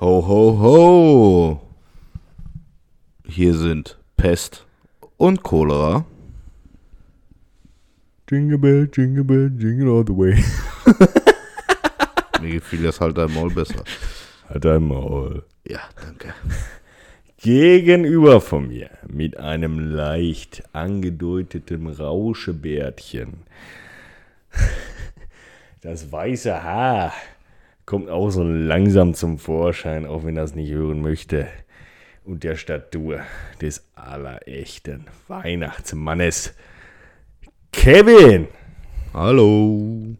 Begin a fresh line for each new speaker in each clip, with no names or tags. Ho, ho, ho! Hier sind Pest und Cholera.
Jingle bell, jingle bell, jingle all the way.
Mir gefiel das halt einmal besser.
Halt dein Maul.
Ja, danke.
Gegenüber von mir, mit einem leicht angedeuteten Rauschebärtchen. Das weiße Haar kommt auch so langsam zum Vorschein, auch wenn das nicht hören möchte. Und der Statur des allerechten Weihnachtsmannes, Kevin.
Hallo!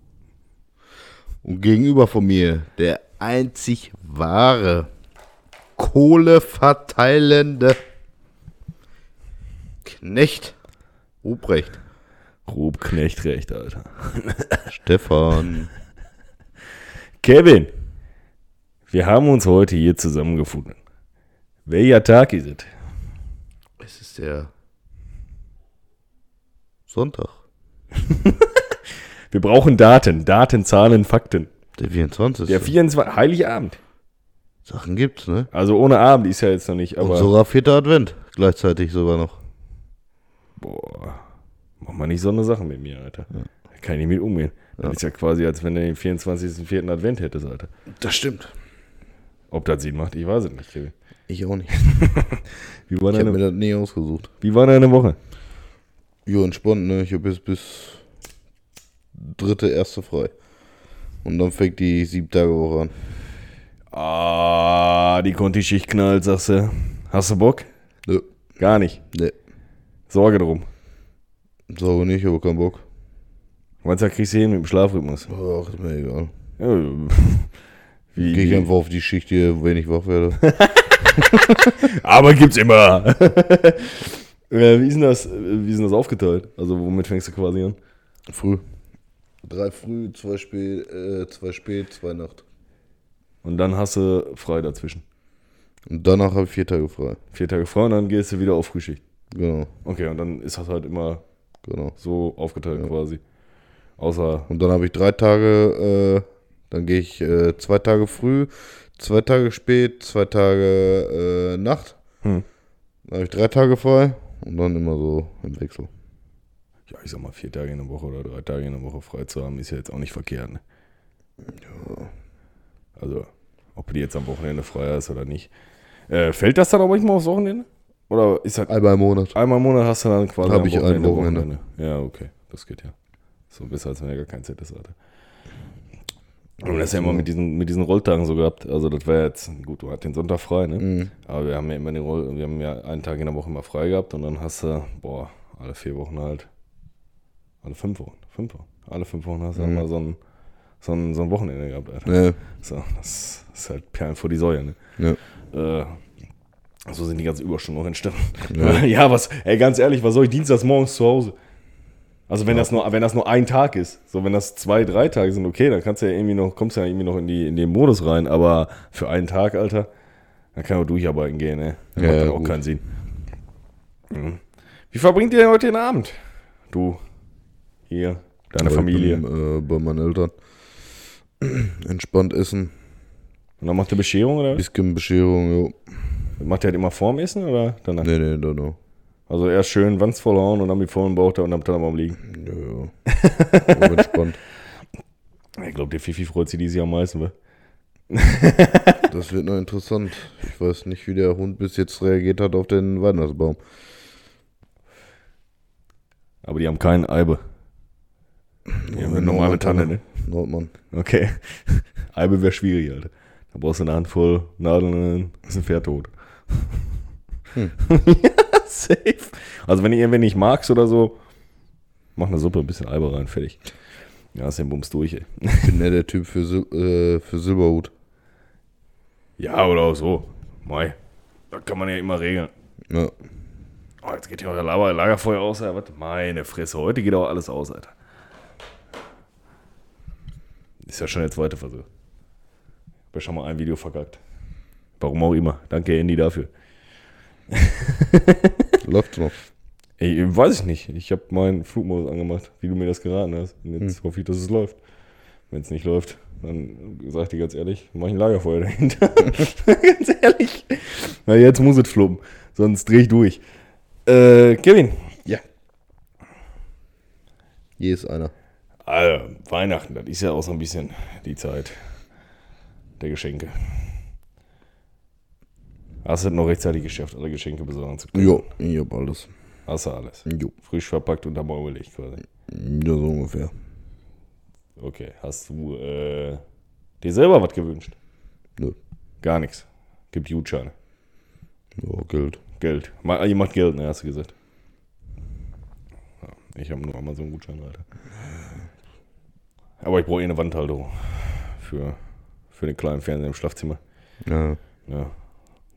Und gegenüber von mir der einzig wahre, kohleverteilende Knecht Ruprecht.
Rob Knechtrecht, Alter.
Stefan.
Kevin, wir haben uns heute hier zusammengefunden. Welcher Tag ist es?
Es ist der Sonntag,
Wir brauchen Daten, Daten, Zahlen, Fakten.
der 24.
Der 24. Heiligabend.
Sachen gibt's, ne?
Also ohne Abend ist ja jetzt noch nicht,
Und
aber.
sogar vierter Advent gleichzeitig sogar noch.
Boah. Mach mal nicht so eine Sache mit mir, Alter. Da kann ich nicht mit umgehen. Das ist ja quasi, als wenn du den 24.04. Advent hättest, Alter.
Das stimmt.
Ob das Sinn macht, ich weiß es nicht, Kevin.
Ich auch nicht.
Wie war,
Ich habe mir
deine,
das nie ausgesucht.
wie war deine Woche?
Jo, entspannt, ne? Ich habe jetzt bis dritte, erste frei. Und dann fängt die sieben Tage Woche an.
Ah, die Kontischicht knallt, sagst du. Hast du Bock?
Nö,
Gar nicht.
ne.
Sorge drum.
Sauber nicht, aber keinen Bock.
Manchmal kriegst du hin mit dem Schlafrhythmus.
Ach, ist mir egal.
Ja, Wie,
Gehe ich
wie,
einfach auf die Schicht hier, wenn ich wach werde.
aber gibt's immer. äh, wie, ist denn das, äh, wie ist denn das aufgeteilt? Also womit fängst du quasi an?
früh. Drei früh, zwei spät, äh, zwei spät, zwei Nacht.
Und dann hast du frei dazwischen.
Und danach habe ich vier Tage frei.
Vier Tage frei und dann gehst du wieder auf Frühschicht.
Genau,
Okay, und dann ist das halt immer
genau.
so aufgeteilt quasi. Außer,
Und dann habe ich drei Tage, äh, dann gehe ich äh, zwei Tage früh, zwei Tage spät, zwei Tage äh, Nacht.
Hm.
Dann habe ich drei Tage frei und dann immer so im Wechsel.
ja, ich sag mal, vier Tage in der Woche oder drei Tage in der Woche frei zu haben, ist ja jetzt auch nicht verkehrt. Ne? Also, ob die jetzt am Wochenende frei hast oder nicht. Äh, fällt das dann auch manchmal aufs Wochenende? Oder ist das
Einmal im Monat.
Einmal im Monat hast du dann quasi
Hab
am
ich ein Wochenende.
Ja, okay. Das geht ja. So besser, als wenn er gar kein Set ist, Alter. Und das ja immer mit diesen, mit diesen Rolltagen so gehabt. Also das war jetzt, gut, du hattest den Sonntag frei,
Mhm.
ne? Aber wir haben ja immer den Roll, wir haben ja einen Tag in der Woche immer frei gehabt und dann hast du, boah, alle vier Wochen halt, alle fünf Wochen, fünf Wochen, alle fünf Wochen hast du
Mhm.
dann mal so ein, so ein, so ein Wochenende gehabt, Alter.
Ja,
So, das ist halt Perlen vor die Säue, ne?
ja.
äh, so sind die ganzen Überstunden auch entstanden. Ja. was, ey, ganz ehrlich, was soll ich dienstags morgens zu Hause? Also wenn das nur, wenn das nur ein Tag ist, so wenn das zwei, drei Tage sind, okay, dann kannst du ja irgendwie noch, kommst du ja irgendwie noch in, die, in den Modus rein, aber für einen Tag, Alter, dann kann man durcharbeiten gehen, ne? Das
Ja,
macht dann
ja,
auch
gut.
keinen Sinn. Mhm. Wie verbringt ihr denn heute den Abend? Du, hier, deine
Aber ich
Familie.
Bin, äh, bei meinen Eltern. Entspannt essen.
Und dann macht ihr Bescherung oder?
Bisschen Bescherung, jo.
Macht ihr halt immer vorm Essen oder danach?
Nee, nee, dann noch.
Also erst schön Wanz vollhauen und dann mit vollen Bauch da und am Tannenbaum liegen.
Ja, ja. Aber entspannt.
Ich glaube, der Fifi freut sich dieses Jahr am meisten, wa?
Das wird noch interessant. Ich weiß nicht, wie der Hund bis jetzt reagiert hat auf den Weihnachtsbaum.
Aber die haben keinen Eibe. Die haben eine normale Tanne, ne?
Nordmann.
Okay. Eibe wäre schwierig, Alter. Da brauchst du eine Handvoll Nadeln und dann ist ein Pferd tot. Hm. ja, safe. Also wenn ihr irgendwie nicht magst oder so, mach eine Suppe, ein bisschen Eibe rein, fertig. Ja, ist den Bums durch, ey.
Ich bin ja der Typ für, Sil äh, für Silberhut.
Ja, oder auch so. Mai. Da kann man ja immer regeln.
Ja.
Oh, jetzt geht hier euer Lager Lagerfeuer aus, Alter. Was? Meine Fresse, heute geht auch alles aus, Alter. Ist ja schon der zweite Versuch. Ich hab ja schon mal ein Video verkackt. Warum auch immer. Danke, Andy, dafür.
Läuft noch.
Ey, weiß ich nicht. Ich habe meinen Flugmodus angemacht, wie du mir das geraten hast. Und jetzt hoffe ich, dass es läuft. Wenn es nicht läuft, Dann sag ich dir ganz ehrlich, mach ich ein Lagerfeuer dahinter. ganz ehrlich. Na, jetzt muss es fluppen. Sonst dreh ich durch. Äh, Kevin.
Ja. Hier ist einer.
Alter, Also, Weihnachten, das ist ja auch so ein bisschen die Zeit der Geschenke. Hast du es noch rechtzeitig geschafft, alle Geschenke besorgen zu können?
Jo, ich hab alles.
Hast du alles.
Jo.
Frisch verpackt und am Baum gelegt quasi.
Ja, so ungefähr.
Okay, hast du äh, dir selber was gewünscht?
Nö.
Gar nichts. Gibt Gutscheine.
Ja, Geld.
Geld. Ma- Ihr macht Geld, ne, hast du gesagt. Ja, ich habe nur Amazon-Gutschein, Alter. Aber ich brauche eh eine Wandhalterung. Für, für den kleinen Fernseher im Schlafzimmer.
Ja.
Ja.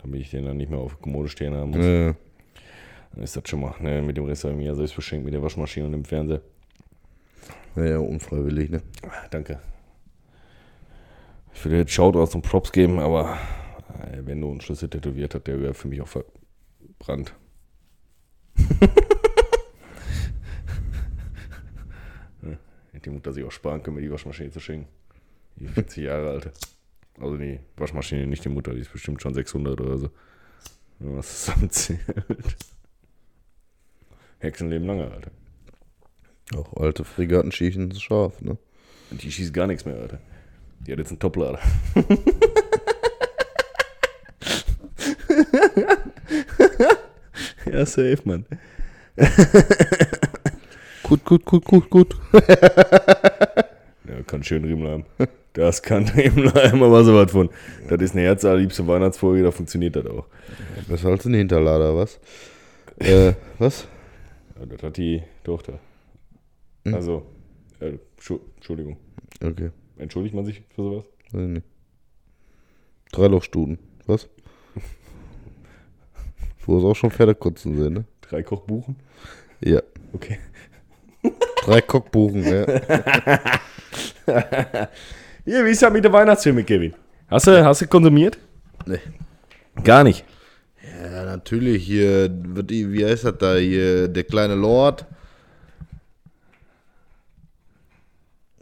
Damit ich den dann nicht mehr auf Kommode stehen haben muss.
Äh,
Dann ist das schon mal, ne, mit dem Rest habe ich mir ja selbst beschenkt, mit der Waschmaschine und dem Fernseher.
naja, unfreiwillig, ne?
Ah, Danke. Ich würde jetzt Shoutouts und Props geben, aber äh, wenn du einen Schlüssel tätowiert hast, der wäre für mich auch verbrannt. Ja, Hätte die Mutter sich auch sparen können, mir die Waschmaschine zu schenken. Die 40 Jahre alte. Also die Waschmaschine, nicht die Mutter, die ist bestimmt schon 600 oder so. Wenn man das zusammenzählt. Hexen leben lange, Alter.
Auch alte Fregatten schießen ins Schaf, ne?
Und die schießt gar nichts mehr, Alter. Die hat jetzt einen Toplader. ja, safe, Mann.
Gut, gut, gut, gut, gut.
Ja, kann schön Riemen haben. Das kann Riemen haben, aber sowas von. Das ist eine herzallerliebste Weihnachtsfolge, da funktioniert das auch.
Besser als ein Hinterlader, was? Äh, was?
Ja, das hat die Tochter. Also, äh, Schu- Entschuldigung.
Okay.
Entschuldigt man sich für sowas?
Weiß ich nicht. Dreilochstuten. Was? Wo es auch schon Pferdekutzen sind, ne?
Drei Kochbuchen?
Ja.
Okay.
Drei Kockbuchen, ja.
Hier, wie ist das mit den Weihnachtsfilmen, Kevin? Hast du, hast du konsumiert?
Nee.
Gar nicht.
Ja, natürlich. Hier, wird die- wie heißt das da? Hier, der kleine Lord.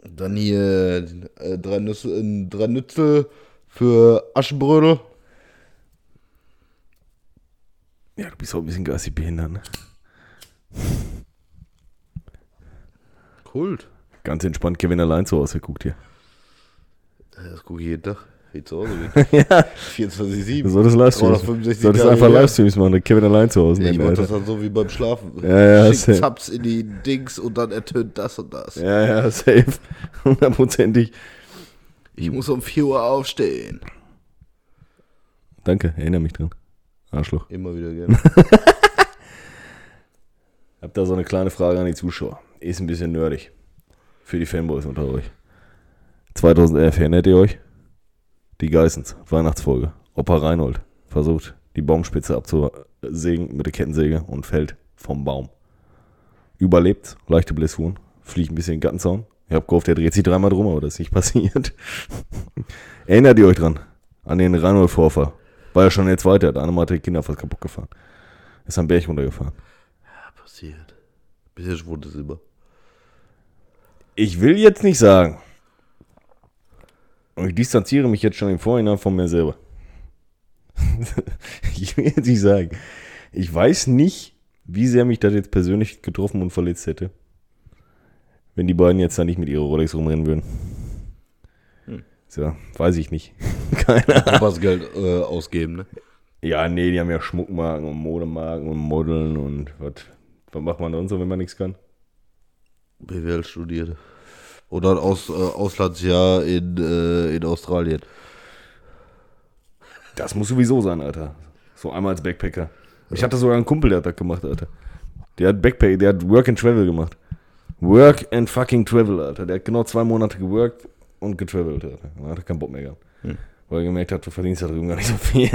Dann hier äh, drei, Nüsse, äh, drei Nützel für Aschenbrödel.
Ja, du bist auch ein bisschen geistig behindert, ne?
Kult.
Ganz entspannt Kevin allein zu Hause guckt hier.
Das gucke ich jeden Tag. Wie zu Hause bin.
ja.
24-7.
Du solltest Livestreams.
365
Solltest
Tage
einfach
im Jahr.
Livestreams machen, dann Kevin allein zu Hause
Ja, ich
nennen,
mach das
Alter.
dann so wie beim Schlafen.
Ja, ja,
Schick
safe.
Zaps in die Dings und dann ertönt das und das.
Ja, ja, safe. Hundertprozentig.
Ich muss um 4 Uhr aufstehen.
Danke, erinnere mich dran. Arschloch.
Immer wieder gerne.
Hab da so eine kleine Frage an die Zuschauer. Ist ein bisschen nerdig. Für die Fanboys unter euch. 2011, erinnert ihr euch? Die Geissens, Weihnachtsfolge. Opa Reinhold versucht, die Baumspitze abzusägen mit der Kettensäge und fällt vom Baum. Überlebt, leichte Blessuren, fliegt ein bisschen in den Gartenzaun. Ich hab gehofft, der dreht sich dreimal drum, aber das ist nicht passiert. Erinnert ihr euch dran? An den Reinhold-Vorfall. War ja schon der zweite, der eine Mal hat die Kinder fast kaputt gefahren. Ist am Berg runtergefahren.
Passiert. Bisher wurde es immer.
ich will jetzt nicht sagen. Und ich distanziere mich jetzt schon im Vorhinein von mir selber. ich will jetzt nicht sagen. Ich weiß nicht, wie sehr mich das jetzt persönlich getroffen und verletzt hätte. Wenn die beiden jetzt da nicht mit ihrer Rolex rumrennen würden. So, weiß ich nicht. Keine
Papas Geld äh, ausgeben, ne?
ja, nee, die haben ja Schmuckmarken und Modemarken und Modeln und was. Was macht man sonst so, wenn man nichts kann?
BWL studiert. Oder ein Aus, äh, Auslandsjahr in, äh, in Australien.
Das muss sowieso sein, Alter. So einmal als Backpacker. Ich hatte sogar einen Kumpel, der hat das gemacht, Alter. Der hat Backpack, der hat Work and Travel gemacht. Work and fucking Travel, Alter. Der hat genau zwei Monate geworkt und getravelt, Alter. Dann hat er keinen Bock mehr gehabt. Weil er gemerkt hat, du verdienst da drüben gar nicht so viel.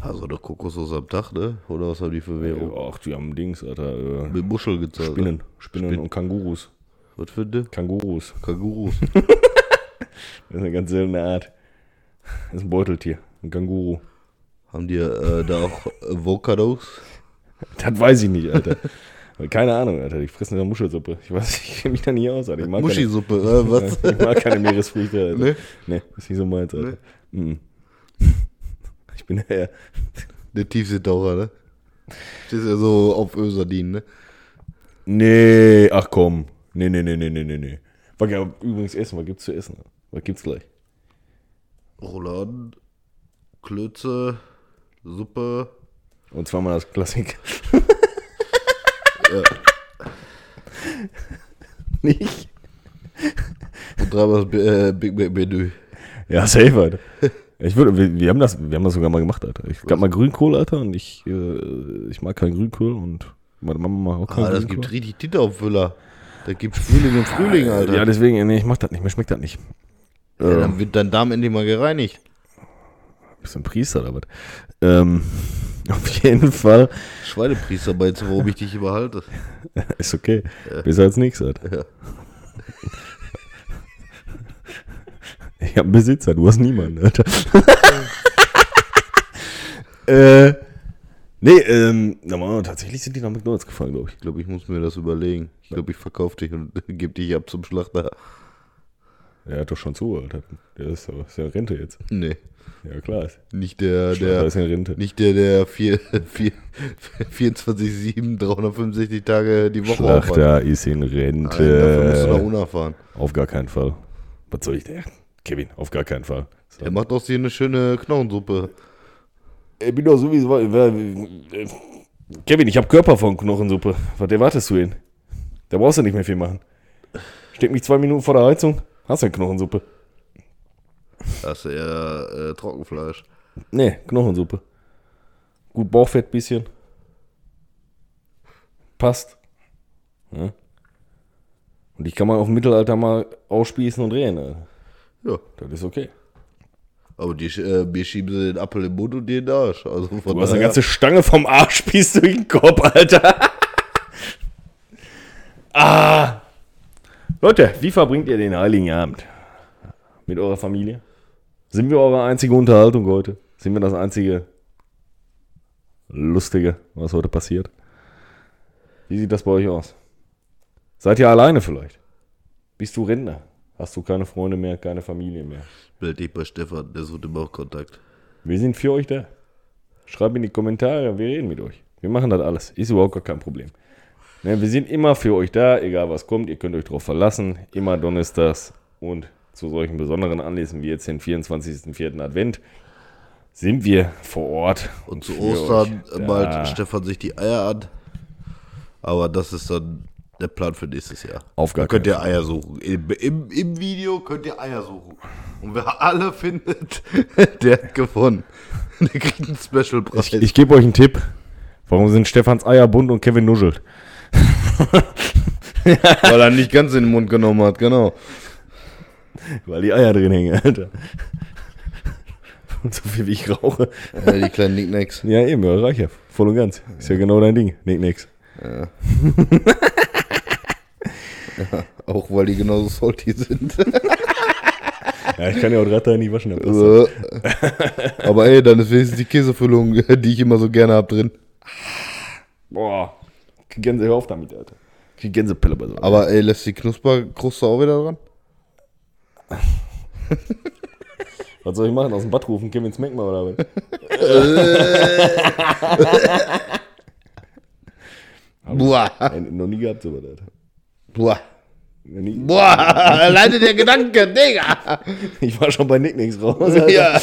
Also eine Kokosnuss am Tag, ne? Oder was haben die für Währung?
Ach, die haben Dings, Alter. äh,
Mit Muscheln gezahlt. ne?
Spinnen. Spinnen und Kangurus.
Was für eine?
Kangurus.
Kangurus.
Das ist eine ganz seltene Art. Das ist ein Beuteltier. Ein Kanguru.
haben die äh, da auch Avocados?
Das weiß ich nicht, Alter. Keine Ahnung, Alter. Ich fresse eine Muschelsuppe. Ich weiß, ich kenne mich da nie aus, Alter. Ich mag
Muschisuppe, äh,
keine,
was?
Ich mag keine Meeresfrüchte, Alter.
Ne?
Nee, ist nicht so meins, Alter. Mm. Ich bin der
Der Tiefseetaucher, ne? Stehst ja so auf Ölsardinen, ne?
Nee, ach komm. Nee, nee, nee, nee, nee, nee, nee. Was, ja, übrigens Essen, was gibt's zu essen? Was gibt's gleich?
Rouladen, Klöße, Suppe.
Und zwar mal das Klassik. Nicht?
Und dreimal das B- äh, Big Mac Menü.
Ja, safe, Alter. Ich würde, wir, wir, haben das, wir haben das sogar mal gemacht, Alter. Ich gab mal Grünkohl, Alter, und ich, äh, ich mag keinen Grünkohl und meine Mama mag auch keinen
Ah, das
Grünkohl.
gibt richtig Tinterauffüller. Da gibt Frühling und Frühling, Alter.
Ja, deswegen, nee, ich mach das nicht, mir schmeckt das nicht.
Ja, dann wird dein Darm endlich mal gereinigt.
Bist du ein Priester oder was? Ähm, auf jeden Fall.
Schweinepriester bei jetzt, warum ich dich überhalte.
Ist okay. Besser als nichts, Alter.
Ja.
Ich hab einen Besitzer, du hast niemanden, Alter. äh, nee, ähm, na, Mann, tatsächlich sind die nach McDonalds gefahren, glaube ich.
Ich glaube, ich muss mir das überlegen. Ich glaube, ich verkaufe dich und gebe dich ab zum Schlachter.
Der hat doch schon zu, Alter. Der ist, aber- ist ja in Rente jetzt.
Nee,
Ja, klar. Ist,
nicht der,
der
der,
ist in Rente.
nicht der, der vier- vier- 24, 7, 365 Tage die Woche aufhat.
Schlachter ist in
Nein, dafür musst du nach
Rente.
Una fahren.
Auf gar keinen Fall. Was soll ich denn? Kevin, auf gar keinen Fall. So.
Der macht aus dir eine schöne Knochensuppe.
Ich bin doch sowieso. äh, Kevin, ich habe Körper von Knochensuppe. Was erwartest du denn? Da brauchst du nicht mehr viel machen. Steck mich zwei Minuten vor der Heizung, hast du eine Knochensuppe.
Das ist eher äh, Trockenfleisch.
Nee, Knochensuppe. Gut Bauchfett bisschen. Passt. Ja. Und ich kann mal auf dem Mittelalter mal ausspießen und drehen. Alter.
Ja,
Das ist okay.
aber die, sch- äh, mir schieben sie den Apfel im Mund und dir in den Arsch. Also von
Du hast eine
daher-
ganze Stange vom Arschspieß durch den Kopf, Alter. ah. Leute, wie verbringt ihr den Heiligen Abend? Mit eurer Familie? Sind wir eure einzige Unterhaltung heute? Sind wir das einzige Lustige, was heute passiert? Wie sieht das bei euch aus? Seid ihr alleine vielleicht? Bist du Rentner? Hast du keine Freunde mehr, keine Familie mehr?
Meld dich bei Stefan, der sucht immer auch Kontakt.
Wir sind für euch da. Schreibt in die Kommentare, wir reden mit euch. Wir machen das alles. Ist überhaupt gar kein Problem. Ne, wir sind immer für euch da, egal was kommt. Ihr könnt euch drauf verlassen. Immer donnerstags und zu solchen besonderen Anlässen wie jetzt den 24.04. Advent sind wir vor Ort.
Und
für
zu
euch
Ostern äh, halt
da.
malt Stefan sich die Eier an. Aber das ist dann der Plan für nächstes Jahr.
Auf gar
Da könnt
keinen
ihr Eier suchen. Im, im, Im Video könnt ihr Eier suchen. Und wer alle findet, der hat gewonnen. Der kriegt einen Special-Preis.
Ich, ich gebe euch einen Tipp. Warum sind Stefans Eier bunt und Kevin nuschelt?
Weil er nicht ganz in den Mund genommen hat, genau.
Weil die Eier drin hängen, Alter. Und so viel wie ich rauche.
Ja, die kleinen Nicknacks.
Ja, eben, ja, reicht ja. Voll und ganz. Ist ja genau dein Ding. Nick, nix.
Auch weil die genauso salty sind.
Ja, ich kann ja auch Ratter nicht waschen. Das passt.
Äh. Aber ey, dann ist wenigstens die Käsefüllung, die ich immer so gerne hab, drin.
Boah. Krieg Gänse, hör auf damit, Alter. Krieg Gänsepille bei so.
Aber ey, lässt die Knusperkruste auch wieder dran?
Was soll ich machen? Aus dem Bad rufen? Kevin Smack mal oder was?
Boah.
Nein, noch nie gehabt sowas, Alter.
Boah.
Noch nie.
Boah, alleine der Gedanke, Digga.
Ich war schon bei Nick nix raus. Alter.
Ja.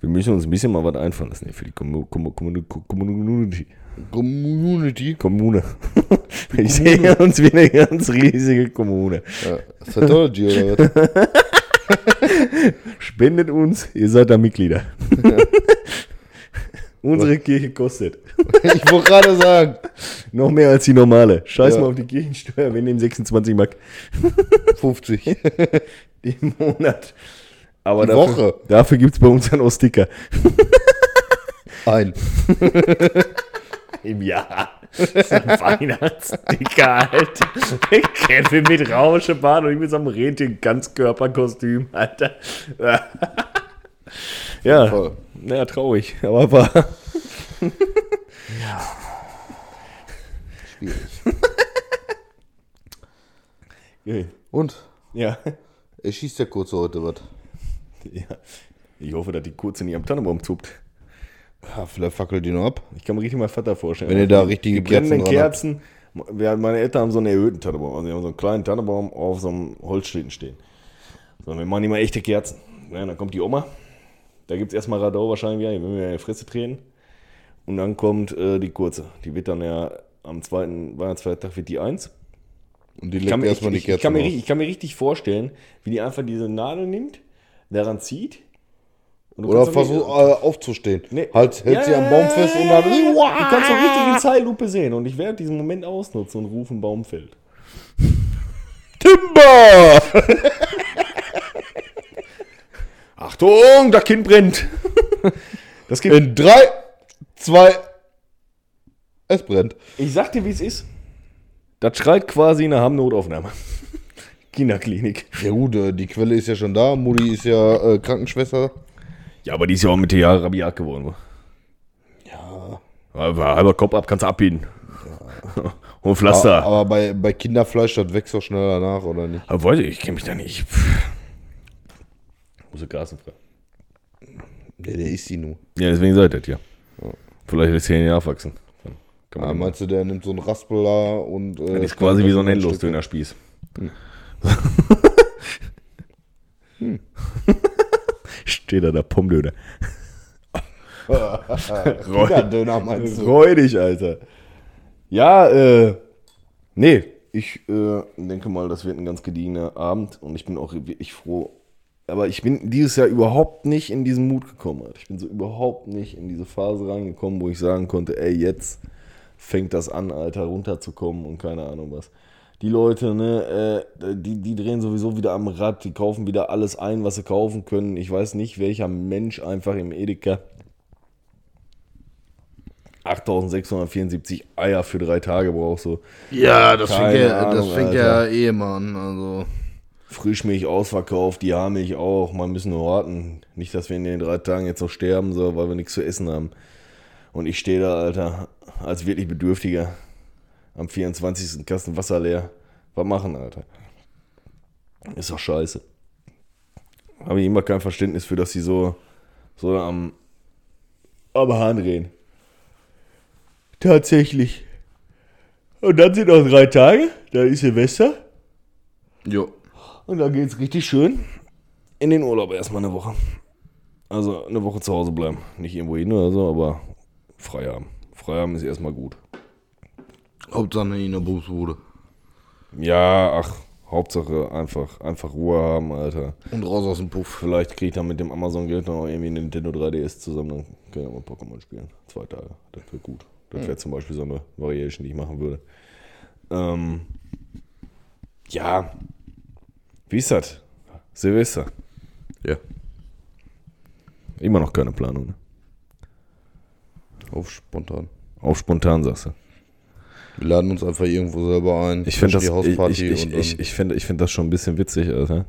Wir müssen uns ein bisschen mal was einfallen lassen hier für die Commu- Commu- Commu- Community.
Community.
Kommune. Ich sehe uns wie eine ganz riesige Kommune.
Ja, Scientology oder was?
Spendet uns, ihr seid da Mitglieder. Unsere Kirche kostet.
Ich wollte gerade sagen.
Noch mehr als die normale. Scheiß
Ja.
mal auf die Kirchensteuer, wir nehmen 26 Mark
50.
im Monat. Aber
Die
dafür,
Woche.
dafür gibt es bei uns dann auch Sticker.
Ein.
Im Jahr. Das ist ein Weihnachtssticker, Alter. Kevin mit Rauschebahn und ich mit so einem Rentier-Ganzkörperkostüm, Alter. Ja,
Voll.
ja, traurig, aber wahr.
Schwierig. Und?
Ja.
Er schießt ja kurz heute was.
ja. Ich hoffe, dass die Kurze nicht am Tannenbaum zuckt.
Ja, vielleicht fackelt die noch ab.
Ich kann mir richtig mal Vater vorstellen.
Wenn ihr da richtige
die brennenden
dran habt.
Kerzen. Wir, meine Eltern haben so einen erhöhten Tannenbaum. Also, die haben so einen kleinen Tannenbaum auf so einem Holzschlitten stehen. So, wir machen immer echte Kerzen. Ja, dann kommt die Oma. Da gibt es erstmal Radau wahrscheinlich wieder, die will mir in die Fresse drehen. Und dann kommt äh, die Kurze. Die wird dann ja am zweiten Weihnachtsfeiertag wird die eins.
Und die
Ich
legt
kann, mir-
erstmal die
ich, ich, ich,
Kerzen
kann mir,
auf.
ri- ich kann mir richtig vorstellen, wie die einfach diese Nadel nimmt, daran zieht. und du
Oder
kannst doch nicht-
versucht äh, aufzustehen.
Nee.
Halt, hält
Ja,
sie
ja,
am
ja,
Baum
ja,
fest
ja,
und
ja,
dann.
ja, ja.
Ah.
Du kannst so richtig in Zeitlupe sehen und ich werde diesen Moment ausnutzen und rufen Baumfeld.
Timber!
Achtung, das Kind brennt. Das kind,
In drei, zwei. Es brennt.
ich sag dir, wie es ist. Das schreit quasi in der Ham-Notaufnahme. Kinderklinik.
Ja gut, äh, die Quelle ist ja schon da. Mutti ist ja äh, Krankenschwester.
Ja, aber die ist ja auch mit der Jahre rabiat geworden. Ja. Halber Kopf ab, kannst du abbiegen. Und
Aber,
Pflaster.
aber bei, bei Kinderfleisch, das wächst doch schneller nach, oder nicht?
Aber wollte ich, kenne mich da nicht. Muss ich Grasen fragen.
Nee, der ist die nur.
Ja, deswegen seid ihr das ja. Vielleicht lässt ihr ihn ja aufwachsen. Dann Kann
Ah,
man
meinst du, der nimmt so einen Raspeler und. Äh,
das ist quasi wie so ein Endlos-Dönerspieß. Hm. Steht da der Pommdöner. Roll,
Kinderdöner meinst du?
freu dich, Alter. Ja, äh, nee, ich äh, denke mal, das wird ein ganz gediegener Abend und ich bin auch wirklich froh. Aber ich bin dieses Jahr überhaupt nicht in diesen Mut gekommen. Alter. Ich bin so überhaupt nicht in diese Phase reingekommen, wo ich sagen konnte, ey, jetzt fängt das an, Alter, runterzukommen und keine Ahnung was. Die Leute, ne, äh, die, die drehen sowieso wieder am Rad, die kaufen wieder alles ein, was sie kaufen können. Ich weiß nicht, welcher Mensch einfach im Edeka 8674 Eier für drei Tage braucht. So
Ja, das
Keine
fängt ja, das
Ahnung,
fängt ja eh mal an. Also.
Frischmilch ausverkauft, die Haarmilch auch. Man müssen nur warten. Nicht, dass wir in den drei Tagen jetzt noch sterben, so, weil wir nichts zu essen haben. Und ich stehe da, Alter, als wirklich Bedürftiger. Am 24. Kasten Wasser leer. Was machen, Alter? Ist doch scheiße. Habe ich immer kein Verständnis für, dass die so, so am, am Hahn drehen. Tatsächlich. Und dann sind noch drei Tage, dann ist Silvester.
Jo.
Und da geht's richtig schön in den Urlaub erstmal eine Woche. Also eine Woche zu Hause bleiben. Nicht irgendwo hin oder so, aber frei haben. Frei haben ist erstmal gut.
Hauptsache nicht in der Bumsbude.
Ja, ach, Hauptsache einfach, einfach Ruhe haben, Alter.
Und raus aus dem Puff.
Vielleicht kriege ich dann mit dem Amazon-Geld noch irgendwie eine Nintendo 3DS zusammen, dann kann ich auch mal Pokémon spielen. Zwei Tage. Das wäre gut. Das wäre zum Beispiel so eine Variation, die ich machen würde. Ähm, ja. Wie ist das? Silvester.
Ja.
Immer noch keine Planung. Ne?
Auf spontan.
Auf spontan sagst du.
Wir laden uns einfach irgendwo selber ein.
Ich finde das,
die Hausparty
ich, ich, ich,
und dann
ich, ich find, ich find das schon ein bisschen witzig, Alter.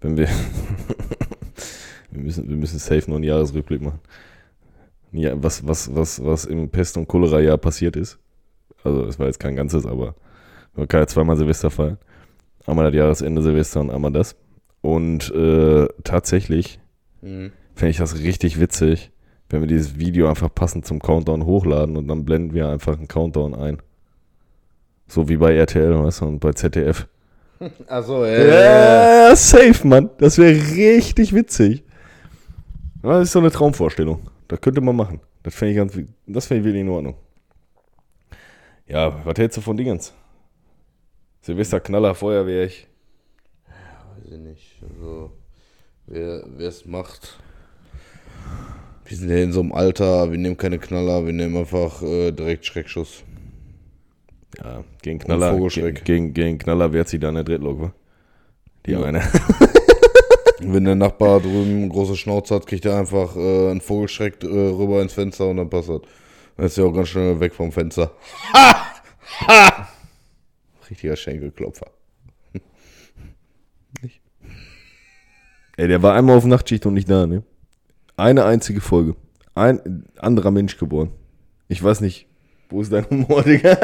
Wenn wir. wir, müssen, wir müssen safe noch einen Jahresrückblick machen. Ja, was, was, was, was im Pest- und Cholera-Jahr passiert ist. Also, es war jetzt kein ganzes, aber man kann ja zweimal Silvester feiern. Einmal das Jahresende Silvester und einmal das. Und äh, tatsächlich
Mhm.
fände ich das richtig witzig, wenn wir dieses Video einfach passend zum Countdown hochladen und dann blenden wir einfach einen Countdown ein. So wie bei RTL, weißt du, und bei ZDF.
Achso,
Ja,
äh,
safe, Mann. Das wäre richtig witzig. Ja, Das ist so eine Traumvorstellung. Das könnte man machen. Das fände ich ganz, das fände ich wirklich in Ordnung. Ja, was hältst du von Dingens? Silvester, Knaller, Feuerwehr, ich.
Weiß ich nicht. Also, wer es macht. Wir sind ja in so einem Alter, wir nehmen keine Knaller, wir nehmen einfach äh, direkt Schreckschuss.
Ja, gegen Knaller, gegen,
Vogelschreck.
gegen, gegen Knaller wehrt sich da eine Dreadlock, wa? Die
Ja.
eine.
Und wenn der Nachbar drüben große Schnauze hat, kriegt er einfach äh, einen Vogelschreck äh, rüber ins Fenster und dann passt das. Dann ist er auch ganz schnell weg vom Fenster. Ha! Ha! Richtiger Schenkelklopfer.
Ey, der war einmal auf Nachtschicht und nicht da, ne? Eine einzige Folge. Ein anderer Mensch geboren. Ich weiß nicht, wo ist dein Humor, Digga?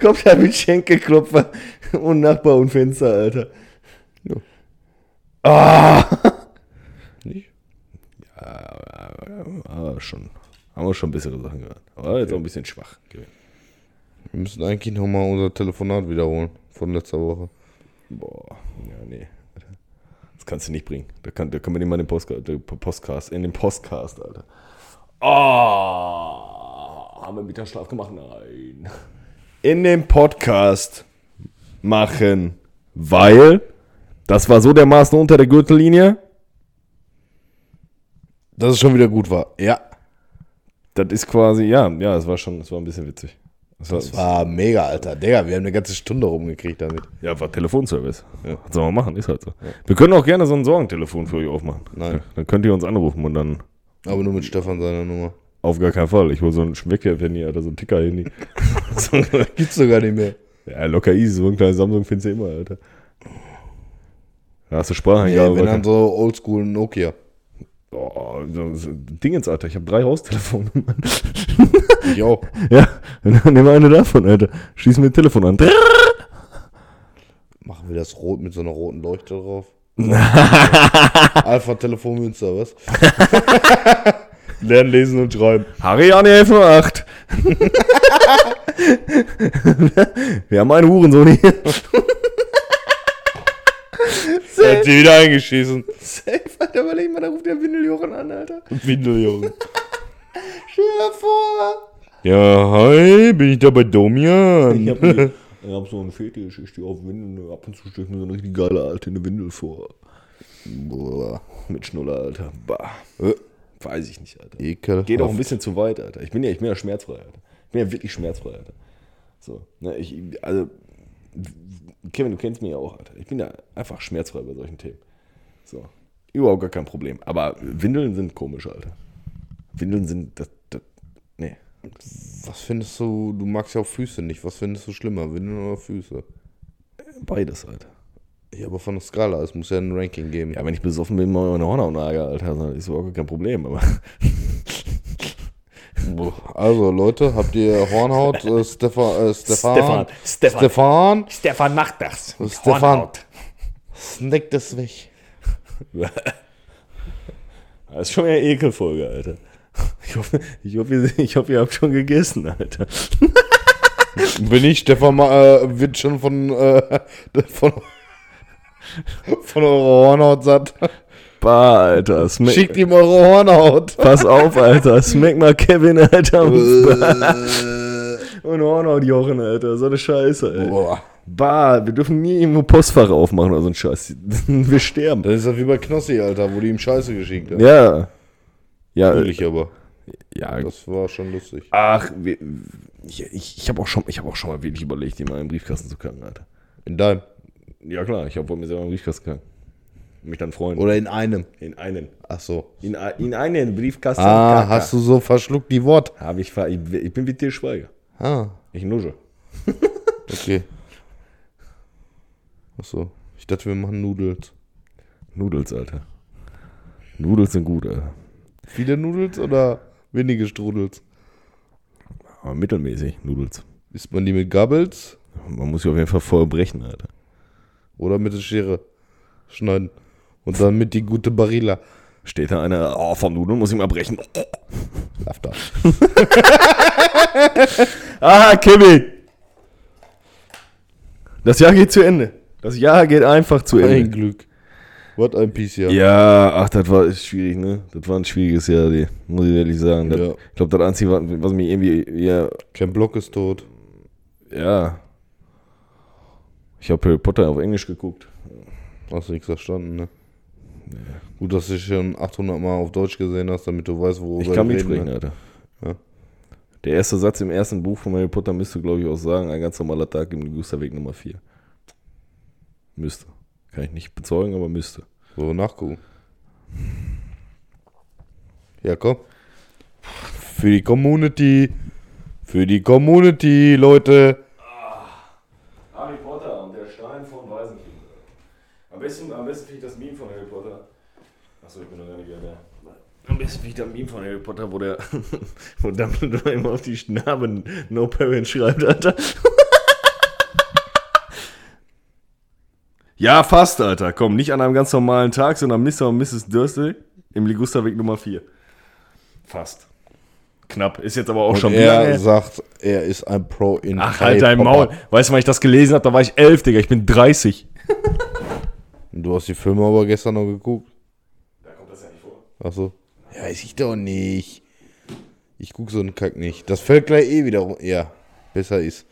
Kommt da mit Schenkelklopfer und Nachbar und Fenster, Alter.
Ja.
Ah!
Nicht?
Aber Ah, schon. Haben wir schon bessere Sachen gehört. Aber jetzt auch ein bisschen schwach.
Wir müssen eigentlich nochmal unser Telefonat wiederholen von letzter Woche.
Boah, ja, nee. Das kannst du nicht bringen. Da, kann, da können wir nicht mal den Postcast, den Postcast in den Postcast, Alter. Ah, haben wir mit der Schlaf gemacht? Nein. In den Podcast machen, weil das war so dermaßen unter der Gürtellinie.
Dass es schon wieder gut war. Ja.
Das ist quasi, ja, ja, es war schon, es war ein bisschen witzig. Es war,
Das war mega, Alter. Digga, wir haben eine ganze Stunde rumgekriegt damit.
ja, war Telefonservice. Ja. Was soll man machen? Ist halt so. Wir können auch gerne so ein Sorgentelefon für euch aufmachen.
Nein.
Dann könnt ihr uns anrufen und dann
Aber nur mit Stefan seiner Nummer.
Auf gar keinen Fall. Ich hole so ein Schmeckwerf-Handy oder so ein Ticker-Handy. so,
Gibt's sogar nicht mehr.
ja, locker easy. So ein kleines Samsung findest du immer, Alter. Da hast du Spracheingabe.
wenn dann so oldschool Nokia.
oh, so, so, Dingens, Alter. Ich habe drei Haustelefone. Mann.
Ich auch.
ja, dann nimm eine davon, Alter. Schieß mir ein Telefon an.
Machen wir das rot mit so einer roten Leuchte drauf? Alpha Telefon Münster, was? Lernen, lesen und schreiben.
Ariane F08. Wir haben einen Hurensohn hier.
Hat sie wieder eingeschissen.
Safe, Alter. Überleg mal, da ruft der Windeljochen an, Alter.
Windeljungen.
Stell dir vor.
Ja, hi, bin ich da bei Domian?
Ich hab, die, ich hab so einen Fetisch, ich stehe auf Windeln, ab und zu stelle ich mir so eine richtig geile alte eine Windel vor.
Boah,
Mit Schnuller, Alter. Bah. Äh, Weiß ich nicht, Alter.
ekel.
Geht auch ein bisschen zu weit, Alter. Ich bin ja, ich bin ja schmerzfrei, Alter. Ich bin ja wirklich schmerzfrei, Alter. So, ne, ich, also, Kevin, du kennst mich ja auch, Alter. Ich bin ja einfach schmerzfrei bei solchen Themen. So, überhaupt gar kein Problem. Aber Windeln sind komisch, Alter. Windeln sind, das, das, ne, nee.
Was findest du, du magst ja auch Füße nicht. Was findest du schlimmer, Windeln oder Füße?
Beides, Alter.
Ja, aber von der Skala, es muss ja ein Ranking geben.
Ja, wenn ich besoffen bin, mache ich meine Horn am Lager, Alter. Das ist überhaupt kein Problem, aber.
Also, Leute, habt ihr Hornhaut? Äh, Stefan, äh, Stefan,
Stefan, Stefan.
Stefan,
Stefan macht das.
Stefan.
Hornhaut.
snack das weg.
Das ist schon eine Ekelfolge, Alter. Ich hoffe, ich, hoffe, ihr, ich hoffe, ihr habt schon gegessen, Alter.
Bin ich, Stefan äh, wird schon von, äh, von, von eurer Hornhaut satt.
Bah, Alter. Smack,
Schickt ihm eure Hornhaut.
Pass auf, Alter. Smack mal Kevin, Alter.
Äh.
Und, und Hornhaut Jochen, Alter. So eine Scheiße, ey.
Boah.
Bah, wir dürfen nie irgendwo Postfach aufmachen oder so ein Scheiß. Wir sterben.
Das ist ja wie bei Knossi, Alter, wo die ihm Scheiße geschickt haben.
Ja. Ja,
Natürlich aber.
ja,
Das war schon lustig.
Ach, wir, ich, ich, ich habe auch, schon- ich hab auch schon mal wirklich überlegt, in meinen Briefkasten zu kacken, Alter.
In deinem.
Ja, klar, ich habe wohl mir selber in den Briefkasten kacken. Mich dann freuen.
Oder in einem.
In einen.
Ach so.
In, a- in einen Briefkasten.
Ah, hast du so verschluckt die Wort.
Hab ich, ver- ich, ich bin wie Til Schweiger.
Ah,
Ich nusche.
okay. Ach so. Ich dachte, wir machen Nudels.
Nudels, Alter. Nudels sind gut, Alter.
Viele Nudels oder wenige Strudels?
Aber mittelmäßig, Nudels.
Isst man die mit Gabels
Man muss sie auf jeden Fall voll brechen, Alter.
oder mit der Schere schneiden? Und dann mit die gute Barilla.
Steht da einer, oh, vom Nudeln muss ich mal brechen.
Lauf da.
Ah, Kevin! Das Jahr geht zu Ende. Das Jahr geht einfach zu Ende.
Ein Glück. What ein Piece, ja.
Ja, ach, das war ist schwierig, ne? Das war ein schwieriges Jahr, die, muss ich ehrlich sagen. Das,
Ja.
Ich glaube, das Einzige, was- was mich irgendwie, ja,
Ken Block ist tot.
ja. Ich habe Harry Potter auf Englisch geguckt.
Hast du nichts verstanden, ne? Gut, dass du schon 800 Mal auf Deutsch gesehen hast, damit du weißt, worüber
Ich kann
wir
nicht
reden,
sprechen,
ne?
Alter.
Ja.
Der erste Satz im ersten Buch von Harry Potter müsste, glaube ich, auch sagen, ein ganz normaler Tag im Gusterweg Nummer 4. Müsste. Kann ich nicht bezeugen, aber müsste.
So, nachgucken. Ja, komm. Für die Community. Für die Community, Leute.
Harry Potter und der Stein von Waisenkind. Am besten, am besten finde ich das Meme von Harry Potter. zurück und dann gar nicht wieder da. Am besten wie der Meme von Harry Potter, wo der wo Dumbledore immer auf die Schnaben No Parent schreibt, Alter. ja, fast, Alter. Komm, nicht an einem ganz normalen Tag, sondern Mr. und Mrs. Dursley im Ligusterweg Nummer 4. Fast. Knapp. Ist jetzt aber auch schon
er
lange her.
sagt, er ist ein Pro in
Ach,
Harry
halt dein
Potter.
Maul. Weißt du, wann ich das gelesen habe? Da war ich elf, Digga. Ich bin 30.
Du hast die Filme aber gestern noch geguckt.
Da kommt das ja nicht vor.
Achso. Ja, weiß ich doch nicht. Ich guck so einen Kack nicht. Das fällt gleich eh wieder rum. Ja, besser ist.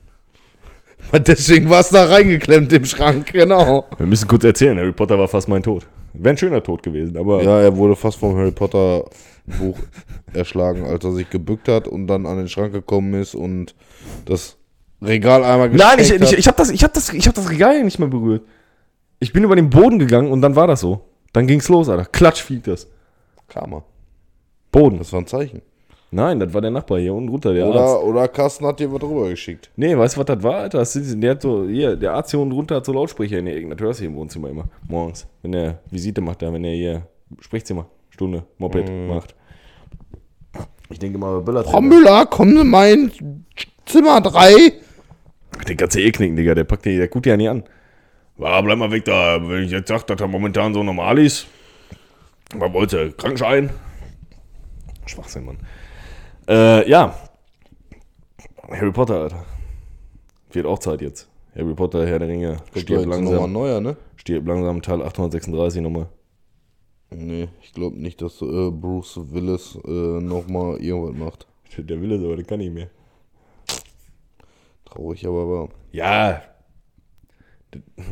Und deswegen war es da reingeklemmt im Schrank, genau.
Wir müssen kurz erzählen. Harry Potter war fast mein Tod. Wäre ein schöner Tod gewesen, aber
Ja, er wurde fast vom Harry Potter Buch erschlagen, als er sich gebückt hat und dann an den Schrank gekommen ist und das Regal einmal
Nein, ich,
gesteckt
ich, ich habe das, ich hab das, ich hab das Regal nicht mehr berührt. Ich bin über den Boden gegangen und dann war das so. Dann ging's los, Alter. Klatsch fliegt das.
hat. Karma.
Boden.
Das war ein Zeichen.
Nein, das war der Nachbar hier unten runter, der Arzt.
Oder, oder Carsten hat dir was drüber geschickt.
Nee, weißt du, was das war, Alter? Das sind, der, hat so, hier, der Arzt hier unten runter hat so Lautsprecher in der Gegend. Das hörst du hier im Wohnzimmer immer. Morgens. Wenn er Visite macht, da, wenn er hier Sprechzimmer, Stunde, Moped
Mhm.
macht. Ich denke mal, Böller.
Frau Müller, kommen Sie mal in Zimmer 3.
Den kannst du eh knicken, Digga. Der packt dir, der guckt dir ja nicht an. Ja, bleib mal weg da. Wenn ich jetzt sag, dass er momentan so normal ist. Man wollte Krankschein. Schwachsinn, Mann. Äh, ja. Harry Potter, Alter. Wird auch Zeit jetzt. Harry Potter, Herr der Ringe. Stirbt
nochmal
langsam.
neuer, ne?
Stirbt langsam, Teil 836 nochmal.
Nee, ich glaube nicht, dass äh, Bruce Willis äh, nochmal irgendwas macht.
Der will es, aber der kann nicht mehr.
Traurig, aber wahr.
Ja.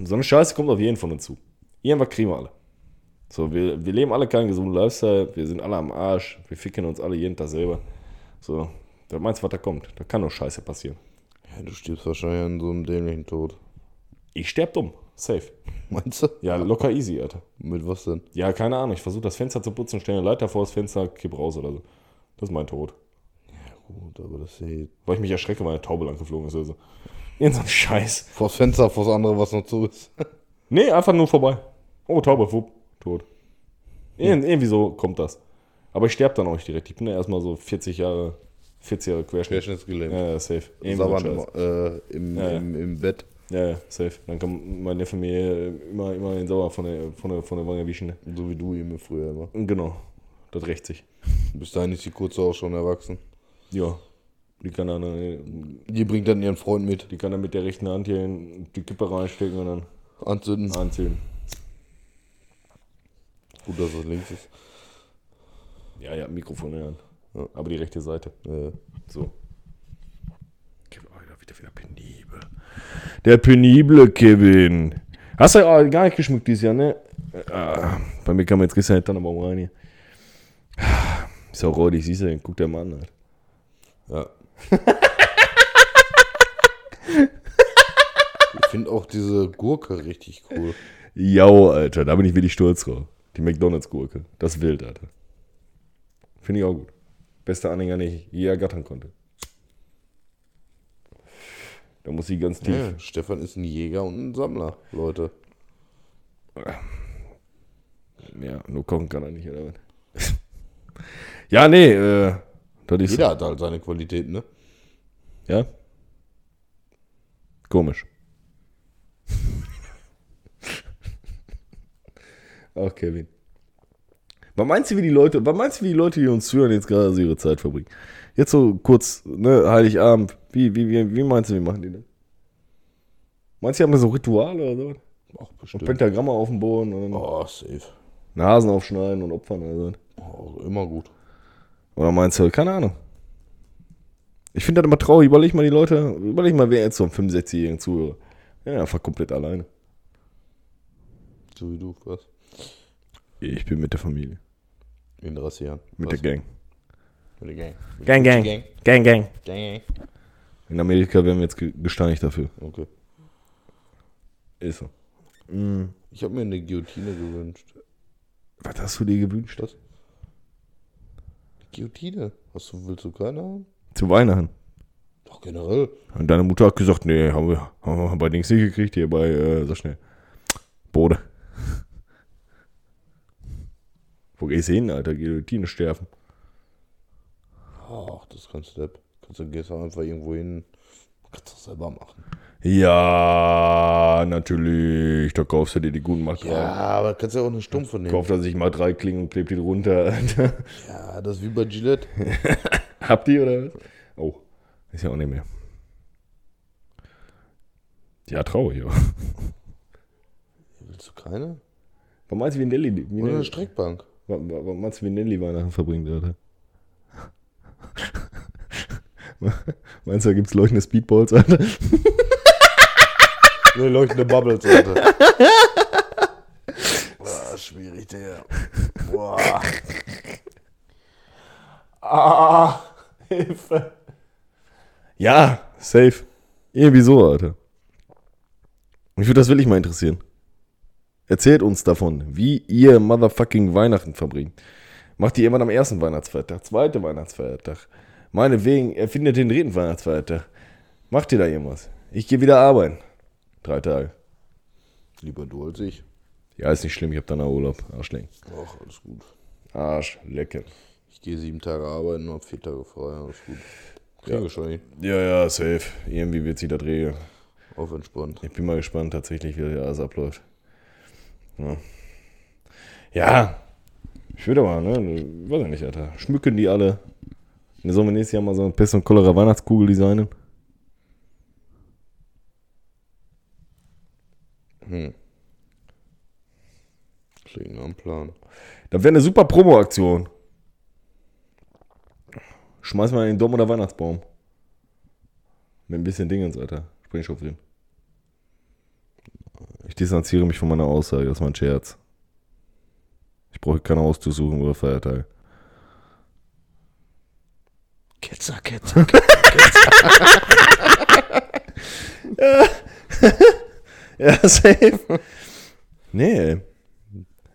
So eine Scheiße kommt auf jeden von uns zu. Irgendwas kriegen wir alle. So, wir, wir leben alle keinen gesunden Lifestyle, wir sind alle am Arsch, wir ficken uns alle jeden Tag selber. So, da meinst du, was da kommt? Da kann nur Scheiße passieren.
Ja, du stirbst wahrscheinlich an so einem dämlichen Tod.
Ich sterb dumm. Safe.
Meinst du?
Ja, locker easy, Alter.
Mit was denn?
Ja, keine Ahnung. Ich versuche das Fenster zu putzen, stelle eine Leiter vor das Fenster, kipp raus oder so. Das ist mein Tod.
Gut, aber das ist eh.
Weil ich mich erschrecke, weil eine Taube lang geflogen ist oder so. Irgend so ein Scheiß.
Vors Fenster, vors andere, was noch zu ist.
Nee, einfach nur vorbei. Oh, Taube, wupp, tot. Irgend, Irgendwie so kommt das. Aber ich sterbe dann auch nicht direkt. Ich bin ja erstmal so 40 Jahre, 40 Jahre Querschnitt.
Querschnittsgelähmt.
Ja, ja, safe. Irgendwie so ein
Sabbern
Scheiß.
im, äh, im,
Ja, ja.
im, im Bett.
ja, ja, safe. Dann kann mein Neffe mir äh, immer, immer den Sauer von der, von der, von der Wange wischen. ne?
So wie du immer früher immer.
Genau. Das rächt sich.
Bis dahin ist die Kurze auch schon erwachsen.
Ja. Die kann dann, äh,
Die bringt dann ihren Freund mit.
die kann dann mit der rechten Hand hier in die Kippe reinstecken und dann
Anzünden.
anziehen.
Gut, dass es links ist.
Ja, ja, Mikrofon in der Hand.
Ja.
Aber die rechte Seite.
Äh,
So. Kevin, oh, wieder, wieder, wieder penibel. Der penible Kevin. Hast du ja gar nicht geschmückt dieses Jahr, ne? Ah, bei mir kam jetzt gestern der Tannenbaum rein hier. Ah, Ist auch räudig, siehst du, guck dir mal an. Halt.
ja. ich finde auch diese Gurke richtig cool.
Jau, Alter, da bin ich wirklich stolz drauf. Die McDonalds-Gurke, das ist wild, Alter. Finde ich auch gut. Bester Anhänger, den ich je ergattern konnte. Da muss ich ganz tief.
Ja, Stefan ist ein Jäger und ein Sammler, Leute.
Ja, nur kochen kann er nicht, oder was? ja, nee, äh, das ist.
Jeder hat halt seine Qualitäten, ne?
Ja. Komisch. Ach, Kevin. Was meinst du, wie die Leute, was meinst du, wie die Leute, die uns zuhören, jetzt gerade so ihre Zeit verbringen? Jetzt so kurz, ne, Heiligabend. Wie, wie, wie, wie meinst du, wie machen die das? Meinst du, die haben da so Rituale oder so?
Ach,
Und
bestimmt.
Pentagramme auf dem Boden und dann
Oh, safe.
einen Hasen aufschneiden und opfern oder so?
Oh, immer gut.
Oder meinst du, keine Ahnung. Ich finde das immer traurig. Überleg mal die Leute, überleg mal, wer jetzt so einem 65-Jährigen zuhöre. Ja, einfach komplett alleine.
So wie du, was?
Ich bin mit der Familie.
In 30 Jahren.
Mit
Was?
der Gang.
Mit der Gang. Mit
Gang,
der
gang.
Gang,
Gang, gang.
gang.
In Amerika werden wir jetzt ge- gesteinigt dafür.
Okay.
Ist so.
Ich habe mir eine Guillotine gewünscht.
Was hast du dir gewünscht?
Das? Guillotine? Hast du, willst du keine haben?
Zu Weihnachten.
Doch, generell.
Und deine Mutter hat gesagt, nee, haben wir, haben wir bei Dings nicht gekriegt, hier bei, äh, so schnell. Bode. Wo gehst du hin, Alter? Guillotine sterben.
Ach, das kannst du depp. Kannst du gehst auch einfach irgendwo hin. Kannst du das selber machen.
Ja, natürlich. Da kaufst du dir die guten Macht
Ja, aber kannst ja auch eine stumpfe nehmen.
Kauft er sich mal drei Klingen und klebt die drunter. Alter.
Ja, das ist wie bei Gillette.
Habt ihr oder was? Oh, ist ja auch nicht mehr. Ja, traurig. aber.
Willst du keine?
Warum meinst du, wie Nelly, wie
Oder eine
Nelly,
Streckbank.
warum- warum meinst du, wie Nelly Weihnachten verbringt, Alter? meinst du, da gibt's leuchtende Speedballs, Alter?
Eine leuchtende Bubbles, Alter. Boah, schwierig, der. Boah. Ah, Hilfe.
Ja, safe. Irgendwie so, Alter. Mich würde das wirklich mal interessieren. Erzählt uns davon, wie ihr motherfucking Weihnachten verbringt. Macht ihr jemand am ersten Weihnachtsfeiertag, zweite Weihnachtsfeiertag? Meinetwegen, erfindet den dritten Weihnachtsfeiertag. Macht ihr da irgendwas? Ich gehe wieder arbeiten. Drei Tage.
Lieber du als ich.
Ja, ist nicht schlimm, ich habe danach Urlaub. Arschlecken.
Ach, alles gut.
Arschlecken.
Ich gehe sieben Tage arbeiten und hab vier Tage frei. Alles gut. Kriege ja. schon hin.
Ja, ja, safe. Irgendwie wird sich das regeln.
Auf entspannt.
Ich bin mal gespannt tatsächlich, wie das alles abläuft. Ja. ja. Ich würde aber, ne? Weiß ich nicht, Alter. Schmücken die alle. Ne, sollen wir nächstes Jahr mal so eine Pest und Cholera Weihnachtskugel designen?
Klingt nach einem Plan.
Das wäre eine super Promo-Aktion. Schmeiß mal in den Dom oder Weihnachtsbaum. Mit ein bisschen Dingens, Alter. Springstoff drin. Ich distanziere mich von meiner Aussage, das ist mein Scherz. Ich brauche keine auszusuchen oder Feiertage.
Ketzer, Ketzer, Ketzer.
Ja, safe. Nee.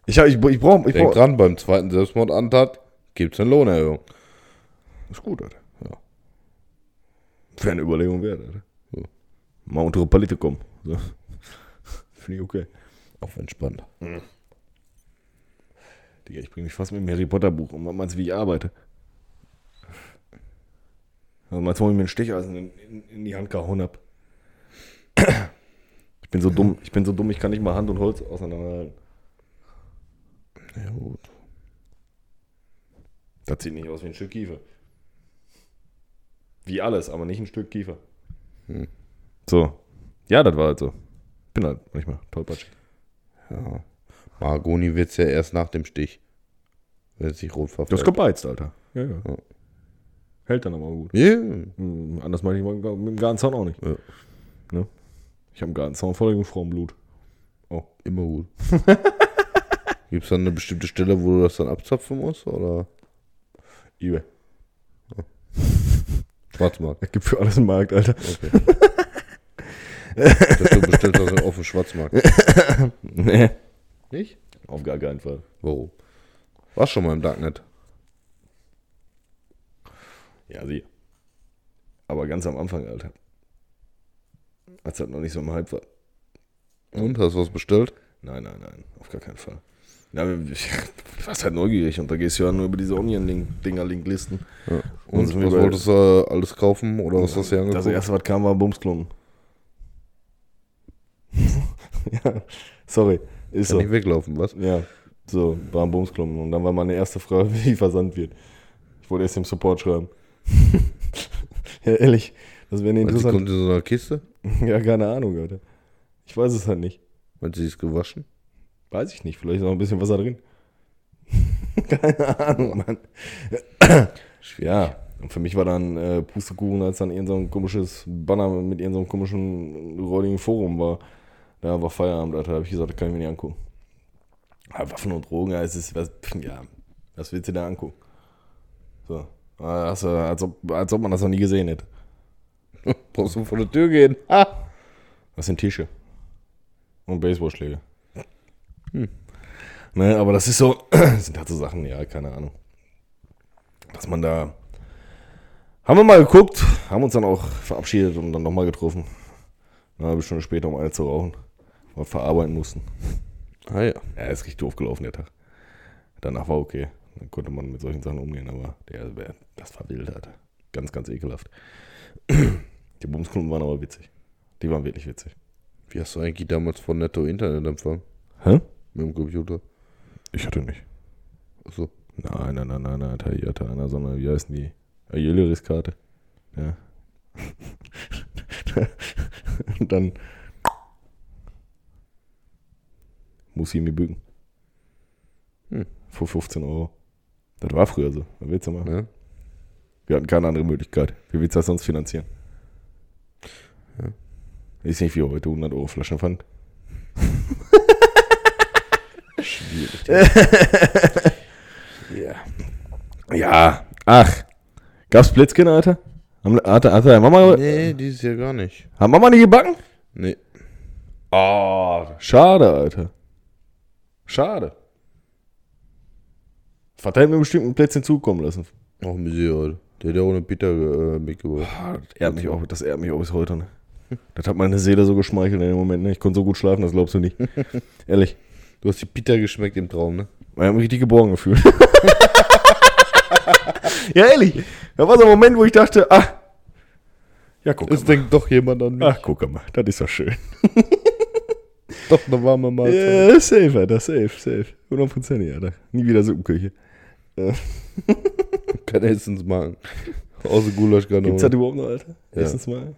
Ich, hab, ich, ich brauche. Ich
Denk
brauch,
dran, beim zweiten Selbstmordantat gibt's eine Lohnerhöhung.
ist gut, Alter. Ja. Wäre eine Überlegung wert, Alter.
Ja.
Mal unter die Palette kommen. So. Finde ich okay.
Auf entspannt.
Digga, ich bringe mich fast mit dem Harry Potter Buch um. Was meinst du, wie ich arbeite? Also, meinst du, warum ich mir ein Stecheisen in, in, in die Hand gehauen hab? Ich bin so dumm, ich bin so dumm, ich kann nicht mal Hand und Holz auseinanderhalten.
Ja, gut.
Das sieht nicht aus wie ein Stück Kiefer. Wie alles, aber nicht ein Stück Kiefer. Hm. So. Ja, das war halt so. Bin halt manchmal tollpatschig.
Ja. Margoni wird's ja erst nach dem Stich. Wenn es sich rot verfällt.
Das ist gebeizt, Alter. Ja, ja. Hält dann aber auch gut.
Ja.
Hm, Anders mache ich mal mit dem Gartenzaun auch nicht.
Ja.
Ne? Ich habe einen Gartenzaun voller Jungfrauenblut.
Immer gut. Gibt es dann eine bestimmte Stelle, wo du das dann abzapfen musst? Oder
Ewe.
Schwarzmarkt?
Es gibt für alles einen Markt, Alter.
Okay. Dass du bestellt hast auf dem Schwarzmarkt.
Nee.
Nicht?
Auf gar keinen Fall.
Warum? Warst schon mal im Darknet.
Ja, sie. Aber ganz am Anfang, Alter. Als das noch nicht so im Hype war.
Und hast du was bestellt?
Nein, nein, nein, auf gar keinen Fall. Na, wir- ich du warst halt neugierig und da gehst du ja nur über diese Onion-Dinger-Linklisten.
Und
sind wir
was
bei-
wolltest du äh, alles kaufen? Oder was hast du dir
Das
angeguckt?
erste, was kam, war Bumsklumpen. ja, sorry, ist
Kann
so.
nicht weglaufen, was?
Ja, so, war ein Bumsklumpen. Und dann war meine erste Frage, wie versandt wird. Ich wollte erst dem Support schreiben. ja, ehrlich, das wäre eine
Meinst du, die
interessante.
kommt in so einer Kiste?
Ja, keine Ahnung, Alter. Ich weiß es halt nicht.
Meinst du, die ist gewaschen?
Weiß ich nicht, vielleicht ist noch ein bisschen Wasser drin. Keine Ahnung, Mann. ja, und für mich war dann äh, Pustekuchen, als dann irgend so ein komisches Banner mit irgend so einem komischen räudigen Forum war. Da war Feierabend, Alter. Da habe ich gesagt, das kann ich mir nicht angucken. Ja, Waffen und Drogen, ja, es ist, was, pf, ja, was willst du da angucken? So. Ah, Hast du, als, ob, als ob man das noch nie gesehen hätte.
Brauchst du vor der Tür gehen? Ah!
Das sind Tische. Und Baseballschläge. Hm. Ne, aber das ist so, das sind halt so Sachen, ja, keine Ahnung. Dass man da. Haben wir mal geguckt, haben uns dann auch verabschiedet und dann nochmal getroffen. Eine halbe Stunde später, um eine zu rauchen. Weil wir verarbeiten mussten.
Ah ja.
Ja, ist richtig doof gelaufen, der Tag. Danach war okay. Dann konnte man mit solchen Sachen umgehen, aber der, der das war wild, Alter. Ganz, ganz ekelhaft. Die Bumskunden waren aber witzig. Die waren wirklich witzig.
Wie hast du eigentlich damals von Netto Internet empfangen?
Hä?
Mit dem Computer?
Ich hatte nicht.
Achso.
Nein, nein, nein, nein, nein. hatte- Ich hatte einer, sondern wie heißen die? Jüleris-Karte. Ja. Und dann muss ich mir bügen.
Hm.
Vor 15 Euro. Das war früher so. Was willst du machen?
Ne?
Wir hatten keine andere Möglichkeit. Wie willst du das sonst finanzieren?
Ja.
Ist nicht wie heute 100 Euro Flaschenpfand. Schwierig. ja. Ja. Ach. Gab's Blitzkin, Alter? Haben- Hatte, hatte deine Mama,
Nee, dieses Jahr gar nicht.
hat Mama nicht gebacken?
Nee.
Oh, schade, Alter. Schade. Was hätten wir bestimmt ein Plätzchen zukommen lassen?
Auch ein bisschen, Alter. Der hat ja ohne Peter äh, mitgebracht.
Boah, das ehrt mich auch, das ehrt mich auch bis heute. Ne? Das hat meine Seele so geschmeichelt in dem Moment. Ne? Ich konnte so gut schlafen, das glaubst du nicht. Ehrlich.
Du hast die Peter geschmeckt im Traum, ne?
Ich habe mich richtig geborgen gefühlt. ja, ehrlich. Da war so ein Moment, wo ich dachte, ah, ja, Ah. guck
Es
mal.
denkt doch jemand an mich.
Ach, guck mal, das ist doch schön.
Doch eine warme Mahlzeit.
Ja, safe, Alter, Genau. safe, safe. 100%, Alter. Nie wieder Suppenküche.
Kein Essensmagen. Außer Gulaschkanone.
Gibt's das überhaupt noch, Alter?
Ja.
Erstens mal.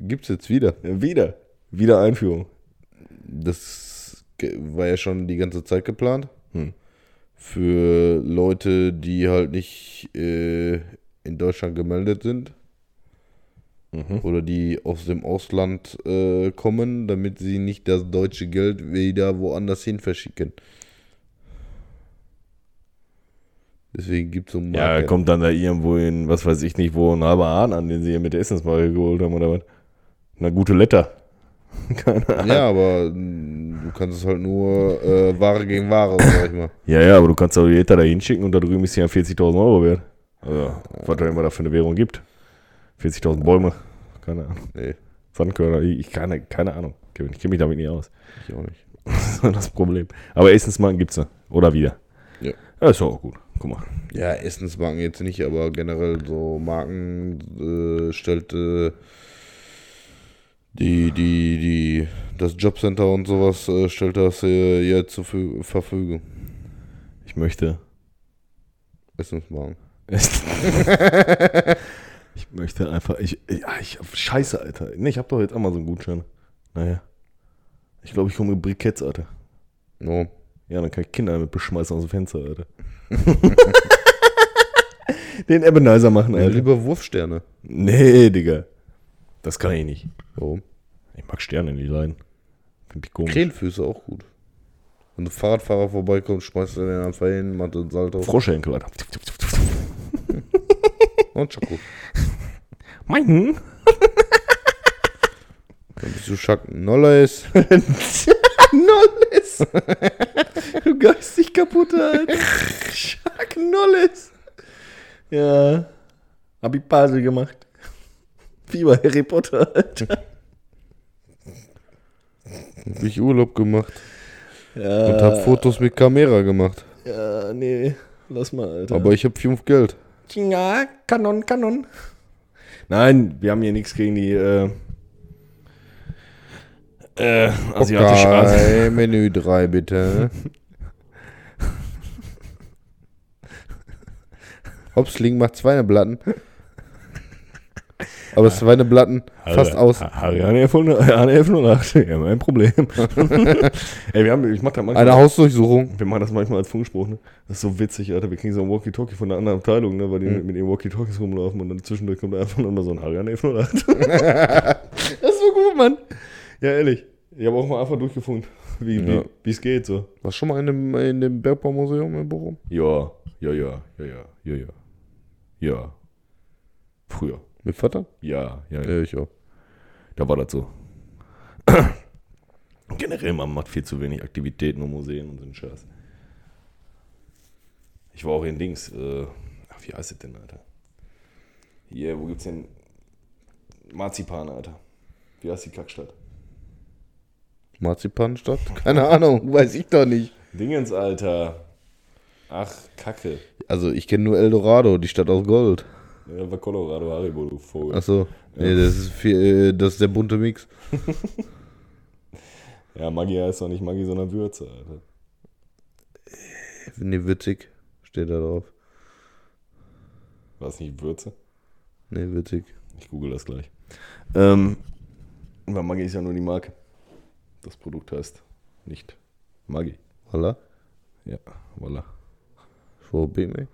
Gibt's jetzt wieder.
Ja, wieder. Wieder Einführung.
Das ge- war ja schon die ganze Zeit geplant.
Hm.
Für Leute, die halt nicht äh, in Deutschland gemeldet sind. Oder die aus dem Ausland äh, kommen, damit sie nicht das deutsche Geld wieder woanders hin verschicken. Deswegen gibt es so einen
Ja,
Marker.
kommt dann da irgendwo in, was weiß ich nicht, wo ein halber Hahn an, den sie hier mit der Essensmarke geholt haben oder was? Na, gute Letter. Keine Ahnung.
Ja, aber mm, du kannst es halt nur äh, Ware gegen Ware, sag ich mal.
Ja, ja, aber du kannst auch die Letter da hinschicken und da drüben ist sie ja 40.000 Euro wert. Also, was da immer da für eine Währung gibt. 40.000 Bäume. Keine Ahnung.
Nee,
Sandkörner. Ich, ich keine, keine Ahnung. Kevin, ich kenne mich damit nicht aus.
ich auch nicht.
Das ist das Problem. Aber Essensmarken gibt's ne? Oder wieder.
Ja.
Ja, ist doch auch gut. Guck mal.
Ja, Essensmarken jetzt nicht, aber generell so Marken äh, stellte die, die, die, das Jobcenter und sowas äh, stellte das äh, ja zur Fü- Verfügung.
Ich möchte.
Essensmarken.
ich möchte einfach. Ich, ja, ich. Scheiße, Alter. Nee, ich hab doch jetzt Amazon-Gutscheine. Naja. Ich glaube, ich hole mir Briketts, Alter.
No.
Ja, dann kann ich Kinder damit beschmeißen aus dem Fenster, Alter. Den Ebenizer machen,
Ja,
Alter.
lieber Wurfsterne.
Nee, Digga. Das kann ich nicht.
Warum?
Ich mag Sterne nicht leiden. Find ich komisch.
Krähenfüße auch gut. Wenn ein Fahrradfahrer vorbeikommt, schmeißt er den einfach hin, macht den Salto
Froschenkel, Alter.
und Schoko.
Mein?
Dann bist du Schack. Noller ist.
Nollis! du geistig kaputter, Alter. Schack Nollis! Ja. Hab ich Basel gemacht. Wie bei Harry Potter, Alter.
Hab ich Urlaub gemacht
Ja.
und hab Fotos mit Kamera gemacht.
Ja, nee. Lass mal, Alter.
Aber ich hab fünf Geld.
Ja, Kanon, Kanon. Nein, wir haben hier nichts gegen die äh, äh, asiatische Asi
Okay, Oh, Menü 3 bitte. Hopsling macht Schweineplatten. Aber Schweineplatten fast aus.
Ariane F108, ja, mein Problem. Ey, wir haben, ich mach da manchmal,
Eine Hausdurchsuchung.
wir machen das manchmal als Funkspruch, ne? Das ist so witzig, Alter. Wir kriegen so ein Walkie-Talkie von einer anderen Abteilung, ne? Weil die mit, mit ihren Walkie-Talkies rumlaufen und dann zwischendurch kommt einfach nochmal so ein Ariane F108. das ist so gut, Mann. Ja, ehrlich. Ich habe auch mal einfach durchgefunkt, wie
Ja.
wie, es geht, so.
Warst schon mal in dem, in dem Bergbaumuseum in Bochum?
Ja, ja, ja, ja, ja, ja, ja. Ja. Früher.
Mit Vater?
Ja, ja, ja.
Ja, ich auch.
Da war das so. Generell, man macht viel zu wenig Aktivitäten und Museen und so einen Scheiß. Ich war auch in Dings. Äh, ach, wie heißt das denn, Alter? Hier, wo gibt's denn Marzipan, Alter? Wie heißt die Kackstadt?
Marzipanstadt? Keine Ahnung, weiß ich doch nicht.
Dingens, Alter. Ach, Kacke.
Also ich kenne nur Eldorado, die Stadt aus Gold.
Ja, war Colorado Haribo, du Vogel.
Achso. Nee, das ist viel, äh, das ist der bunte Mix.
Ja, Maggi heißt doch nicht Maggi, sondern Würze, Alter.
Nee, witzig. Steht da drauf.
War es nicht Würze?
Nee, witzig.
Ich google das gleich. Ähm, weil Maggi ist ja nur die Marke. Das Produkt heißt nicht Maggi.
Voilà.
Ja, voilà.
Vorbild mich.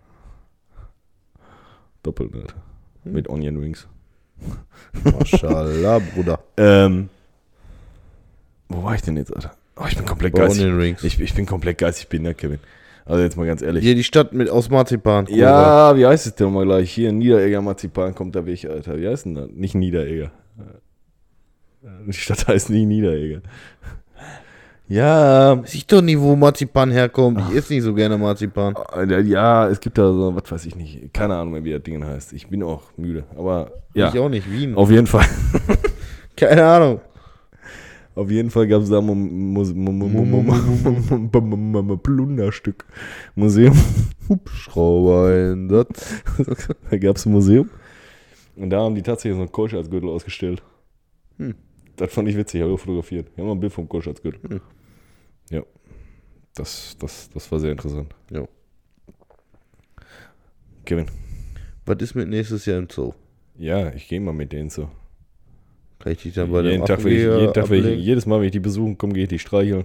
Doppelt, Alter. Mit Onion Rings.
Maschallah, Bruder.
Ähm, wo war ich denn jetzt, Alter? Oh, ich bin komplett
Bei
geistig.
Onion Rings.
Ich, ich bin komplett geistig, ich bin der Kevin. Also jetzt mal ganz ehrlich.
Hier die Stadt mit aus Marzipan.
Ja, wie heißt es denn mal gleich? Hier, Niederegger Marzipan kommt der Weg, Alter. Wie heißt denn das? Nicht Niederegger. Äh, Die Stadt heißt nicht Niederegger. Ja,
Weiß ich doch nie, wo Marzipan herkommt. Ich esse nicht so gerne Marzipan.
Alter, Äh, ja, es gibt da so, was weiß ich nicht. Keine Ahnung mehr, wie das Ding heißt. Ich bin auch müde. Aber ja,
Ich auch nicht. Wien.
auf jeden Fall.
Keine Ahnung.
Auf jeden Fall gab es da Mu- Mu- Mu- Mu- Mu- Mu- Mu- Mu- Plunderstück. Museum.
Hubschrauber-Einsatz.
Da gab es ein Museum. Und da haben die tatsächlich so einen Kolsch als Gürtel ausgestellt.
Hm.
Das fand ich witzig, habe ich auch fotografiert. Wir haben noch ein Bild vom Kolsch als Gürtel.
Hm.
Ja. Das, das, das war sehr interessant.
Jo.
Kevin.
Was ist mit nächstes Jahr im Zoo?
Ja, ich gehe mal mit denen so.
Kann ich dich dann bei
jeden
dem
Tag, wenn ich,
Affenjäger
jeden Tag wenn ich,
ablegen?
jedes Mal, wenn ich die besuchen komme, gehe ich die streicheln.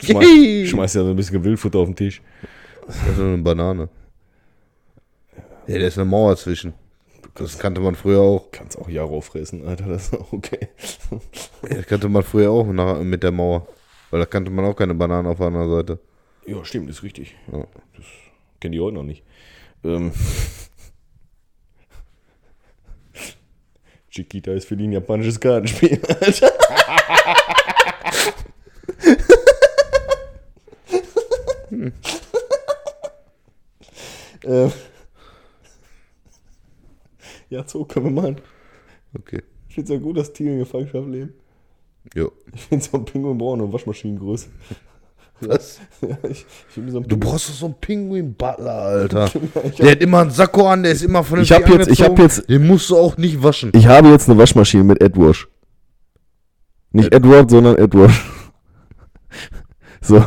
Yay!
Schmeiß, schmeiß ja so ein bisschen Wildfutter auf den Tisch.
Das ist eine Banane. Ja, da ist eine Mauer zwischen. Das kannte man früher auch.
Kannst auch Jaro fressen, Alter, das ist auch okay.
Das kannte man früher auch nach, mit der Mauer. Weil da kannte man auch keine Bananen auf der anderen Seite.
ja, stimmt, ist richtig.
Ja.
Das kennen die heute noch nicht. Ähm. Chiquita ist für die ein japanisches Kartenspiel, Alter. ähm. Ja, so können wir machen.
Okay.
Ich finde es ja gut, dass Tiere in Gefangenschaft leben.
Jo.
Ich finde so ein Pinguin braucht eine Waschmaschinengröße.
Was?
Ja, ich, ich will so ein
Du brauchst doch so einen Pinguin-Butler, Alter.
ich
Der hat immer einen Sakko an, der ist immer von
Ich hab jetzt- ich hab jetzt-
Den musst du auch nicht waschen.
Ich habe jetzt eine Waschmaschine mit AdWash. Nicht Edward, sondern AdWash. So.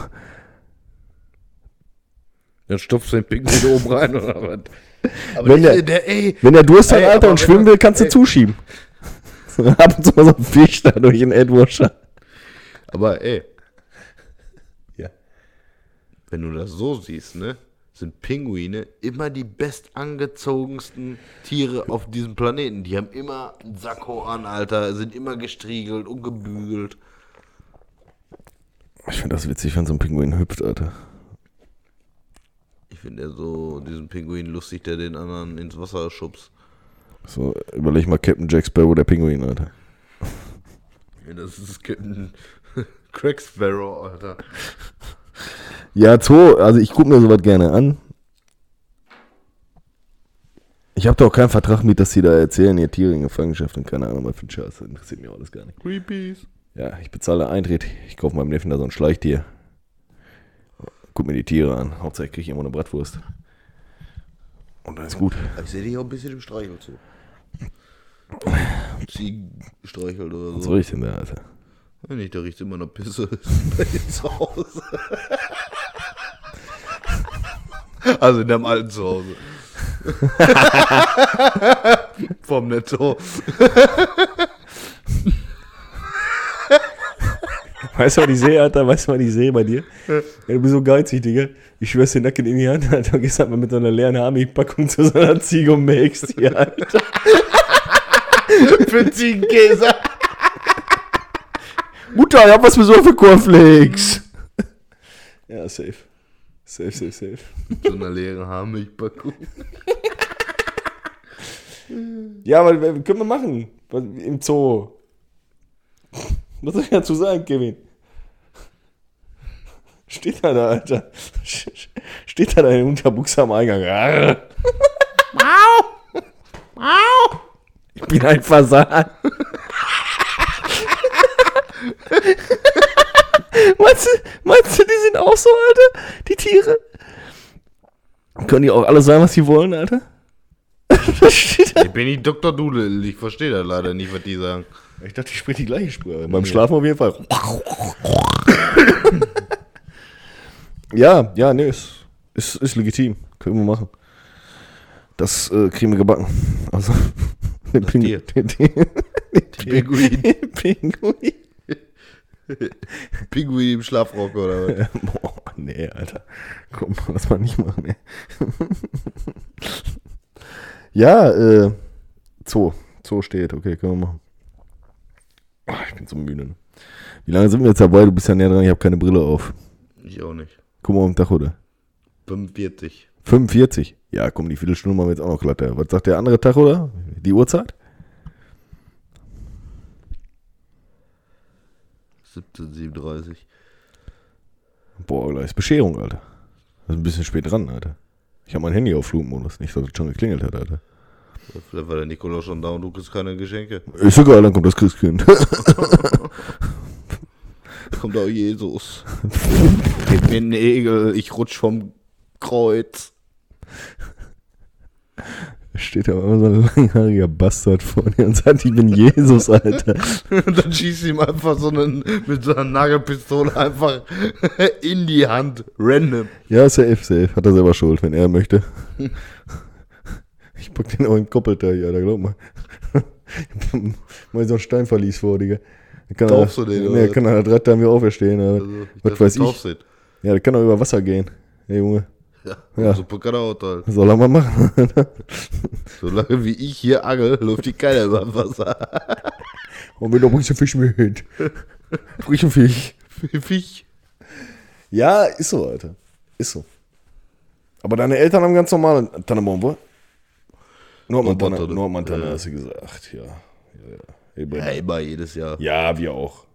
Dann stopfst du den Pinguin oben rein oder was? Aber
Wenn
der,
der-
der, ey,
Wenn er Durst hat,
Ey,
Alter,
aber
und
wenn
schwimmen
man-
will, kannst du
ey.
zuschieben. So, Ab und zu mal so ein Fisch da durch den AdWasher.
aber ey,
Ja.
wenn du das so siehst, ne, sind Pinguine immer die bestangezogensten Tiere auf diesem Planeten. Die haben immer einen Sakko an, Alter, sind immer gestriegelt und gebügelt.
Ich finde das witzig, wenn so ein Pinguin hüpft, Alter.
Ich finde ja so diesen Pinguin lustig, der den anderen ins Wasser schubst.
So, überleg mal Captain Jack Sparrow, der Pinguin, Alter.
Ja, das ist Captain Craig Sparrow, Alter.
Ja, Zoo, also ich gucke mir sowas gerne an. Ich habe doch keinen Vertrag mit, dass sie da erzählen, ihr Tiere in Gefangenschaft und keine Ahnung, was für ein Scheiß. Das interessiert mich auch alles gar nicht.
Creepies.
Ja, ich bezahle Eintritt. Ich kaufe meinem Neffen da so ein Schleichtier. Guck mir die Tiere an. Hauptsache ich kriege immer eine Bratwurst. Und dann ist gut.
Aber Ich sehe dich auch ein bisschen im Streichel zu. Ziegen streichelt oder
Was
so.
soll ich denn da, Alter?
Ja, Nicht, da riecht immer nach Pisse bei dir zu Hause. Also in deinem alten Zuhause. Vom Netto.
Weißt du, was ich sehe, Alter? Weißt du, was ich sehe bei dir? Ja, du bist so geizig, Digga. Ich schwör's dir nackig in die Hand, Alter. Du gehst halt mal mit so einer leeren Army-Packung zu so einer Ziege und melkst die, Alter.
Für Ziegenkäse.
Mutter, ich hab was besorgt für Cornflakes. Ja, safe. Safe, safe, safe.
So eine leere Haarmilchpackung.
Ja, aber w- können wir machen. Was- Im Zoo. Was soll ich dazu sagen, Kevin? Steht da da, Alter. Steht da deine Unterbuchse am Eingang. Arr. Ich bin ein Fasan. meinst, du, meinst du, die sind auch so, Alter? Die Tiere? Können die auch alles sein, was sie wollen, Alter? Das steht da.
Ich bin nicht Dr. Doodle, ich verstehe da leider nicht, was die sagen.
Ich dachte, ich spreche die gleiche Sprache. Beim Schlafen auf jeden Fall. ja, ja, nee, ist, ist, ist legitim. Können wir machen. Das äh, kriegen wir gebacken. Also, den Pinguin.
Tier.
Den, den,
Pinguin.
den Pinguin.
Pinguin im Schlafrock oder was?
Boah, nee, Alter. Komm, lass mal nicht machen, ey. ja, äh, Zoo. Zoo steht, okay, können wir machen. Ah, ich bin so müde. Ne? Wie lange sind wir jetzt dabei? Du bist ja näher dran, ich habe keine Brille auf.
Ich auch nicht.
Guck mal auf den Dach, oder?
45.
45. Ja, komm, die Viertelstunde machen wir jetzt auch noch glatter. Was sagt der andere Tag, oder? Die Uhrzeit?
17, 37.
Boah, gleich ist Bescherung, Alter. Das ist ein bisschen spät dran, Alter. Ich habe mein Handy auf Flugmodus, nicht, dass es schon geklingelt hat, Alter.
Vielleicht war der Nikolaus schon da und du kriegst keine Geschenke.
Ist egal, dann kommt das Christkind.
Kommt auch Jesus. Gib mir Nägel, ich rutsch vom Kreuz.
steht da immer so ein langhaariger Bastard vor dir und sagt, ich bin Jesus, Alter.
Und dann schießt ihm einfach so einen, mit so einer Nagelpistole einfach in die Hand. Random.
Ja, safe, safe. Hat er selber schuld, wenn er möchte. Ich pack den auch in den Koppelter hier, Alter, glaub mal. mal so ein Steinverlies vor, Digga. Da Kann
Taufst
er,
du den,
Nee,
oder?
kann er das Rad da mir auferstehen, Alter.
Also,
Was weiß ich. Ja, der kann auch über Wasser gehen. Ey, Junge.
Ja,
Ja.
super kann er auch toll.
Was soll er mal machen?
Solange wie ich hier angel, läuft die keiner über dem Wasser.
Und wenn du bringst den Fisch mit. Bring den Fisch.
Fisch.
Ja, ist so, Alter. Ist so. Aber deine Eltern haben ganz normal Tannenbaum, wo? Nordmann-Tanne,
Nordmann-Tanne.
Nordmann-Tanne,
Ja.
hast du gesagt, ja. Ja, ja. Eben.
Ja, immer jedes Jahr.
ja wir auch.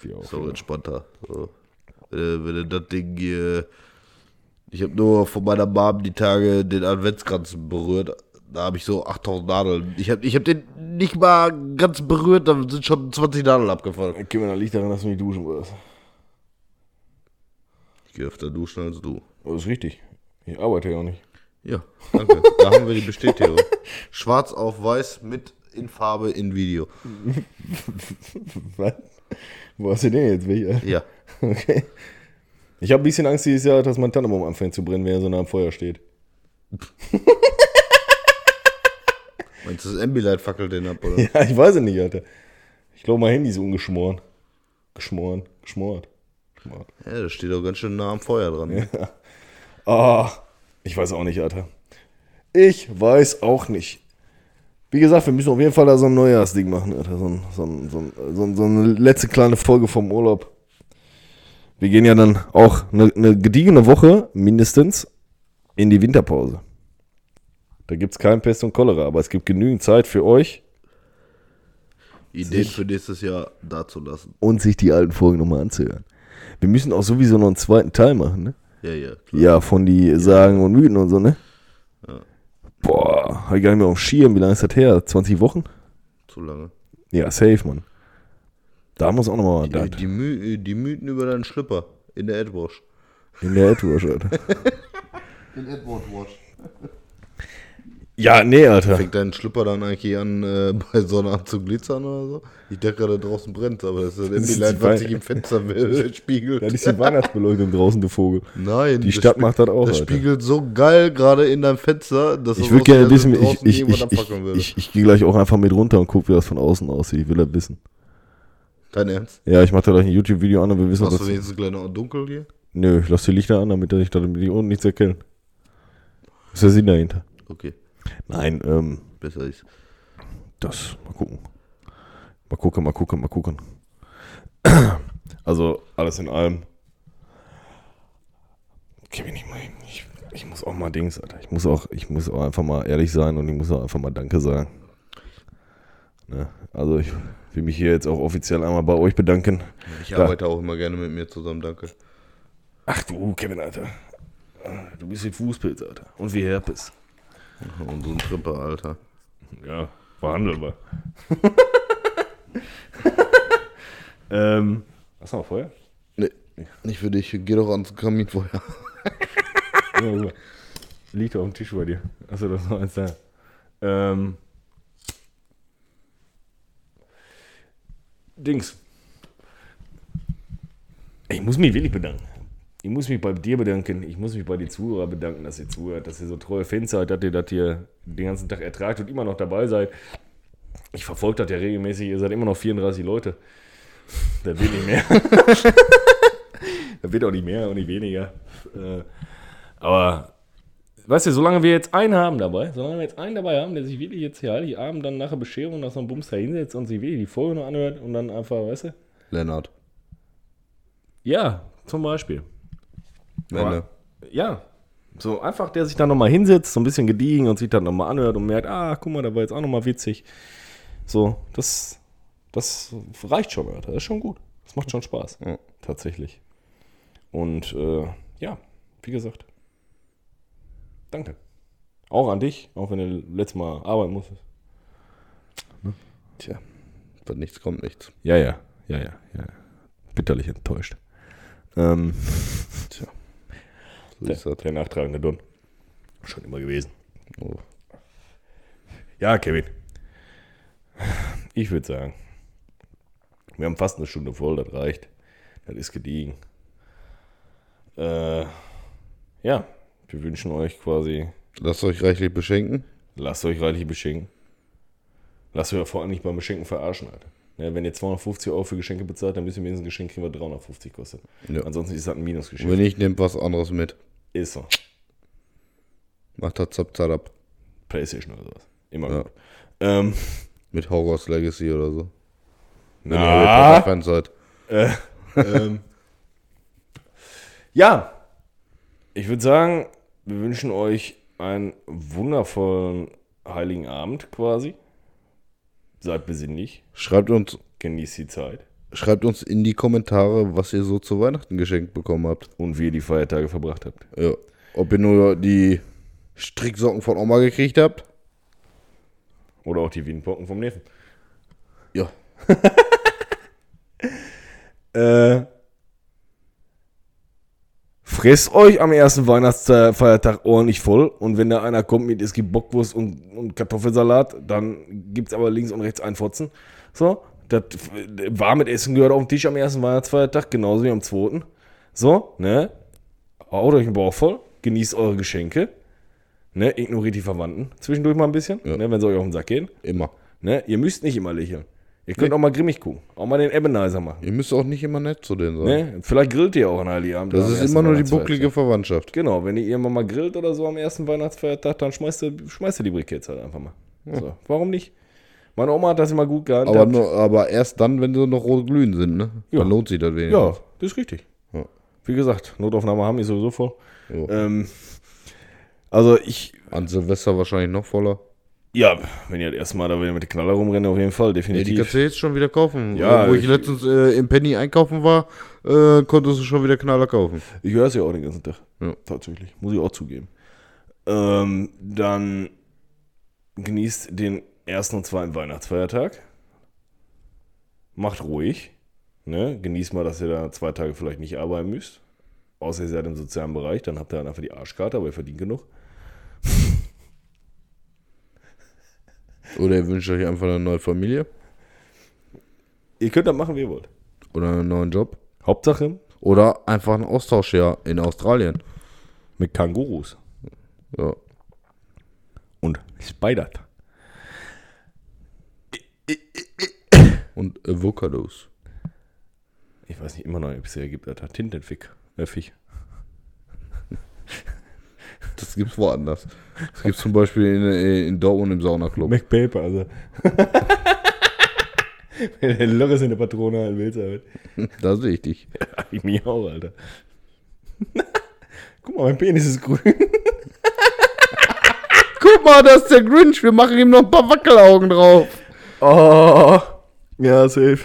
Wir auch.
Ist auch entspannter. So. Wenn, du- wenn du das Ding hier. Ich habe nur von meiner Mom die Tage den Adventskranz berührt. Da habe ich so 8000 Nadeln. Ich habe ich hab den nicht mal ganz berührt, da sind schon 20 Nadeln abgefallen.
Okay, wenn da liegt daran, dass du nicht duschen wirst.
Ich gehe öfter duschen als du.
Das ist richtig. Ich arbeite ja auch nicht.
Ja, danke. da haben wir die Bestätigung. Schwarz auf weiß mit in Farbe in Video.
Was? Wo hast du denn jetzt weg? Alter?
Ja.
Okay. Ich habe ein bisschen Angst dieses Jahr, dass mein Tannenbaum anfängt zu brennen, wenn er so nah am Feuer steht.
Meinst du, das Ambilight fackelt den ab, oder?
Ja, ich weiß es nicht, Alter. Ich glaube, mein Handy ist ungeschmoren. Geschmoren. Geschmort. Geschmort.
Ja, da steht auch ganz schön nah am Feuer dran.
Ah, ich weiß auch nicht, Alter. Ich weiß auch nicht. Wie gesagt, wir müssen auf jeden Fall da so ein Neujahrsding machen, Alter. So, ein, so, ein, so, ein, so, ein, so eine letzte kleine Folge vom Urlaub. Wir gehen ja dann auch eine, eine gediegene Woche mindestens in die Winterpause. Da gibt es kein Pest und Cholera, aber es gibt genügend Zeit für euch,
Ideen für nächstes Jahr dazulassen.
und sich die alten Folgen nochmal anzuhören. Wir müssen auch sowieso noch einen zweiten Teil machen, ne?
Ja, ja, klar.
Ja, von die Sagen und Mythen und so, ne?
Ja.
Boah, hab ich gar nicht mehr auf dem Schirm. Wie lange ist das her? 20 Wochen?
Zu lange.
Ja, safe, Mann. Da muss auch nochmal
Die,
was
Äh, die, My die Mythen über deinen Schlipper in der Adwash.
in der Edward, Alter.
In Edward Wash.
Ja, nee, Alter.
Fängt dein Schlipper dann eigentlich an, äh, bei Sonne an zu glitzern oder so? Ich dachte gerade, draußen brennt aber das ist ein
ist die
Ambilight, was
Wei-
sich im Fenster äh,
Das
spiegelt.
ist die Weihnachtsbeleuchtung draußen, du Vogel.
Nein.
Die Stadt
spie-
macht das auch,
Das
Alter.
spiegelt so geil gerade in deinem Fenster, dass
Ich
es
würde
aussieht,
gerne
als
wissen,
wenn
ich,
draußen
ich,
jemand
ich,
am
ich,
Fackeln würde.
ich, ich gehe gleich auch einfach mit runter und guck, wie das von außen aussieht. Ich will das wissen.
Dein Ernst?
Ja, ich mache da gleich ein YouTube-Video an und wir wissen,
Hast
was.
du wenigstens kleine dunkel hier?
Nö, ich lass die Lichter an, damit ich da damit die unten nichts erkennen. Ist der Sinn dahinter?
Okay,
Nein, ähm,
besser ist.
das, mal gucken. Mal gucken, mal gucken, mal gucken. Also, alles in allem. Okay, bin ich, mal, hin. ich, ich muss auch mal Dings, Alter. Ich muss auch, ich muss auch einfach mal ehrlich sein und ich muss auch einfach mal Danke sagen. Ne? Also, ich will mich hier jetzt auch offiziell einmal bei euch bedanken.
Ich
Da-
arbeite auch immer gerne mit mir zusammen, danke.
Ach du, Kevin, Alter. Du bist wie Fußpilz, Alter. Und wie Herpes.
Und so ein Tripper, Alter.
Ja, verhandelbar. ähm, was haben wir vorher?
Nee, nicht für dich. Geh doch ans Kaminfeuer.
Ja, super. Liegt auf dem Tisch bei dir. Achso, das war eins da. Ähm. Dings. Ich muss mich wirklich bedanken. Ich muss mich bei dir bedanken. Ich muss mich bei den Zuhörern bedanken, dass ihr zuhört, dass ihr so treue Fans seid, dass ihr das hier den ganzen Tag ertragt und immer noch dabei seid. Ich verfolge das ja regelmäßig. Ihr seid immer noch 34 Leute. Da wird nicht mehr. da wird auch nicht mehr und nicht weniger. Äh, Aber, weißt du, solange wir jetzt einen haben dabei, solange wir jetzt einen dabei haben, der sich wirklich jetzt hier Heiligabend dann nachher Bescherung nach so einem Bums da hinsetzt und sich wirklich die Folge noch anhört und dann einfach, weißt du?
Lennart.
Ja, zum Beispiel.
Lenne.
Ja. So einfach, der sich da nochmal hinsetzt, so ein bisschen gediegen und sich dann nochmal anhört und merkt, ah, guck mal, da war jetzt auch nochmal witzig. So, das, das reicht schon, Alter. Das ist schon gut. Das macht schon Spaß.
Ja.
Tatsächlich. Und äh, ja, wie gesagt. Danke. Auch an dich, auch wenn du letztes Mal arbeiten musstest. Ne?
Tja, von nichts kommt nichts.
Ja, ja, ja, ja, ja. Bitterlich enttäuscht. Ähm,
Tja. So
der,
ist das.
der nachtragende Don. Schon immer gewesen.
Oh.
Ja, Kevin. Ich würde sagen, wir haben fast eine Stunde voll, das reicht. Das ist gediegen. Äh, ja, wir wünschen euch quasi,
Lasst euch reichlich beschenken.
lasst euch reichlich beschenken. Lasst euch vor allem nicht beim Beschenken verarschen, Alter. Ja, wenn ihr 250 Euro für Geschenke bezahlt, dann müsst ihr wenigstens ein Geschenk kriegen, was 350 kostet.
Ja.
Ansonsten ist das ein
Und
Minusgeschenk.
wenn nicht, nehmt was anderes mit.
Ist so.
Macht das zap zap ab.
Playstation oder sowas. Immer
Ja.
gut. Ähm,
Mit Hogwarts Legacy oder so. Wenn ihr Harry
na,
Potter Fan seid.
ähm, ja, ich würde sagen, wir wünschen euch einen wundervollen heiligen Abend quasi. Seid besinnlich,
Schreibt uns,
genießt die Zeit
schreibt uns in die Kommentare, was ihr so zu Weihnachten geschenkt bekommen habt.
und wie ihr die Feiertage verbracht habt.
Ja. Ob ihr nur die Stricksocken von Oma gekriegt habt.
Oder auch die Wienpocken vom Neffen.
Ja.
Äh, fresst euch am ersten Weihnachtsfeiertag ordentlich voll und wenn da einer kommt mit, es gibt Bockwurst und, und Kartoffelsalat, dann gibt es aber links und rechts ein Fotzen. So, das äh, warme Essen gehört auf den Tisch am ersten Weihnachtsfeiertag, genauso wie am zweiten. So, ne? Haut euch den Bauch voll, genießt eure Geschenke, ne? Ignoriert die Verwandten zwischendurch mal ein bisschen, ne? wenn sie euch auf den Sack gehen.
Immer.
Ne? Ihr müsst nicht immer lächeln. Ihr könnt auch mal grimmig gucken, auch mal den Ebenizer machen.
Ihr müsst auch nicht immer nett zu denen sein.
Ne? Vielleicht grillt ihr auch an Heiligabend.
Das
am
ist
ersten
immer nur die
Weihnachtsfeiertag.
bucklige Verwandtschaft.
Genau, wenn ihr irgendwann mal grillt oder so am ersten Weihnachtsfeiertag, dann schmeißt ihr, schmeißt ihr die Briketts halt einfach mal. So, warum nicht? Meine Oma hat das immer gut gehandhabt.
Aber, nur, aber erst dann, wenn sie noch rot glühen sind, ne?
Ja.
Dann lohnt sich das wenig.
ja, das ist richtig.
Ja.
Wie gesagt, Notaufnahme haben wir sowieso voll.
Jo.
Ähm, also ich,
An Silvester wahrscheinlich noch voller.
ja, wenn ihr das erste Mal da wieder mit der Knaller rumrennt, auf jeden Fall,
Ja, die
definitiv.
kannst du jetzt schon wieder kaufen.
Ja,
Wo ich
ich-
letztens äh, im Penny einkaufen war, äh, konntest du schon wieder Knaller kaufen.
ich höre es ja auch den ganzen Tag.
Ja.
Tatsächlich, muss ich auch zugeben. Ähm, dann genießt den ersten und zweiten Weihnachtsfeiertag. Macht ruhig. Ne? Genießt mal, dass ihr da zwei Tage vielleicht nicht arbeiten müsst. Außer ihr seid im sozialen Bereich, dann habt ihr dann einfach die Arschkarte, aber ihr verdient genug.
Oder ihr wünscht euch einfach eine neue Familie
Ihr könnt das machen, wie ihr wollt.
oder einen neuen Job.
Hauptsache
Oder einfach ein Austauschjahr in Australien.
mit Kangurus
Ja.
und Spidert.
Und Avocados.
Ich weiß nicht immer noch, ob es hier gibt, Alter. Tintenfick. Äh, Fisch.
Das gibt's woanders. Das gibt's zum Beispiel in, in Dortmund im Saunaclub.
MacPaper, also. Wenn der Loris in der Patrone halten willst, damit.
Da sehe ich dich.
Ich mich auch, Alter. Guck mal, mein Penis ist grün.
Guck mal, das ist der Grinch. Wir machen ihm noch ein paar Wackelaugen drauf.
Oh, ja, safe.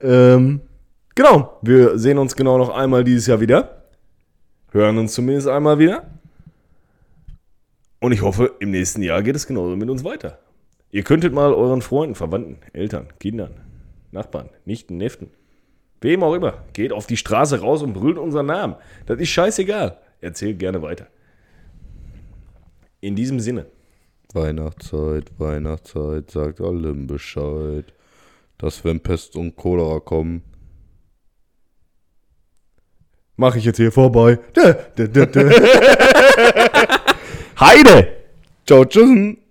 ähm, genau, wir sehen uns genau noch einmal dieses Jahr wieder. Hören uns zumindest einmal wieder. Und ich hoffe, im nächsten Jahr geht es genauso mit uns weiter. Ihr könntet mal euren Freunden, Verwandten, Eltern, Kindern, Nachbarn, Nichten, Neften, wem auch immer, geht auf die Straße raus und brüllt unseren Namen. Das ist scheißegal. Erzählt gerne weiter. In diesem Sinne.
Weihnachtszeit, Weihnachtszeit, sagt allem Bescheid, dass wenn Pest und Cholera kommen.
Mache ich jetzt hier vorbei. Dä, dä, dä, dä. Heide!
Ciao, tschüss.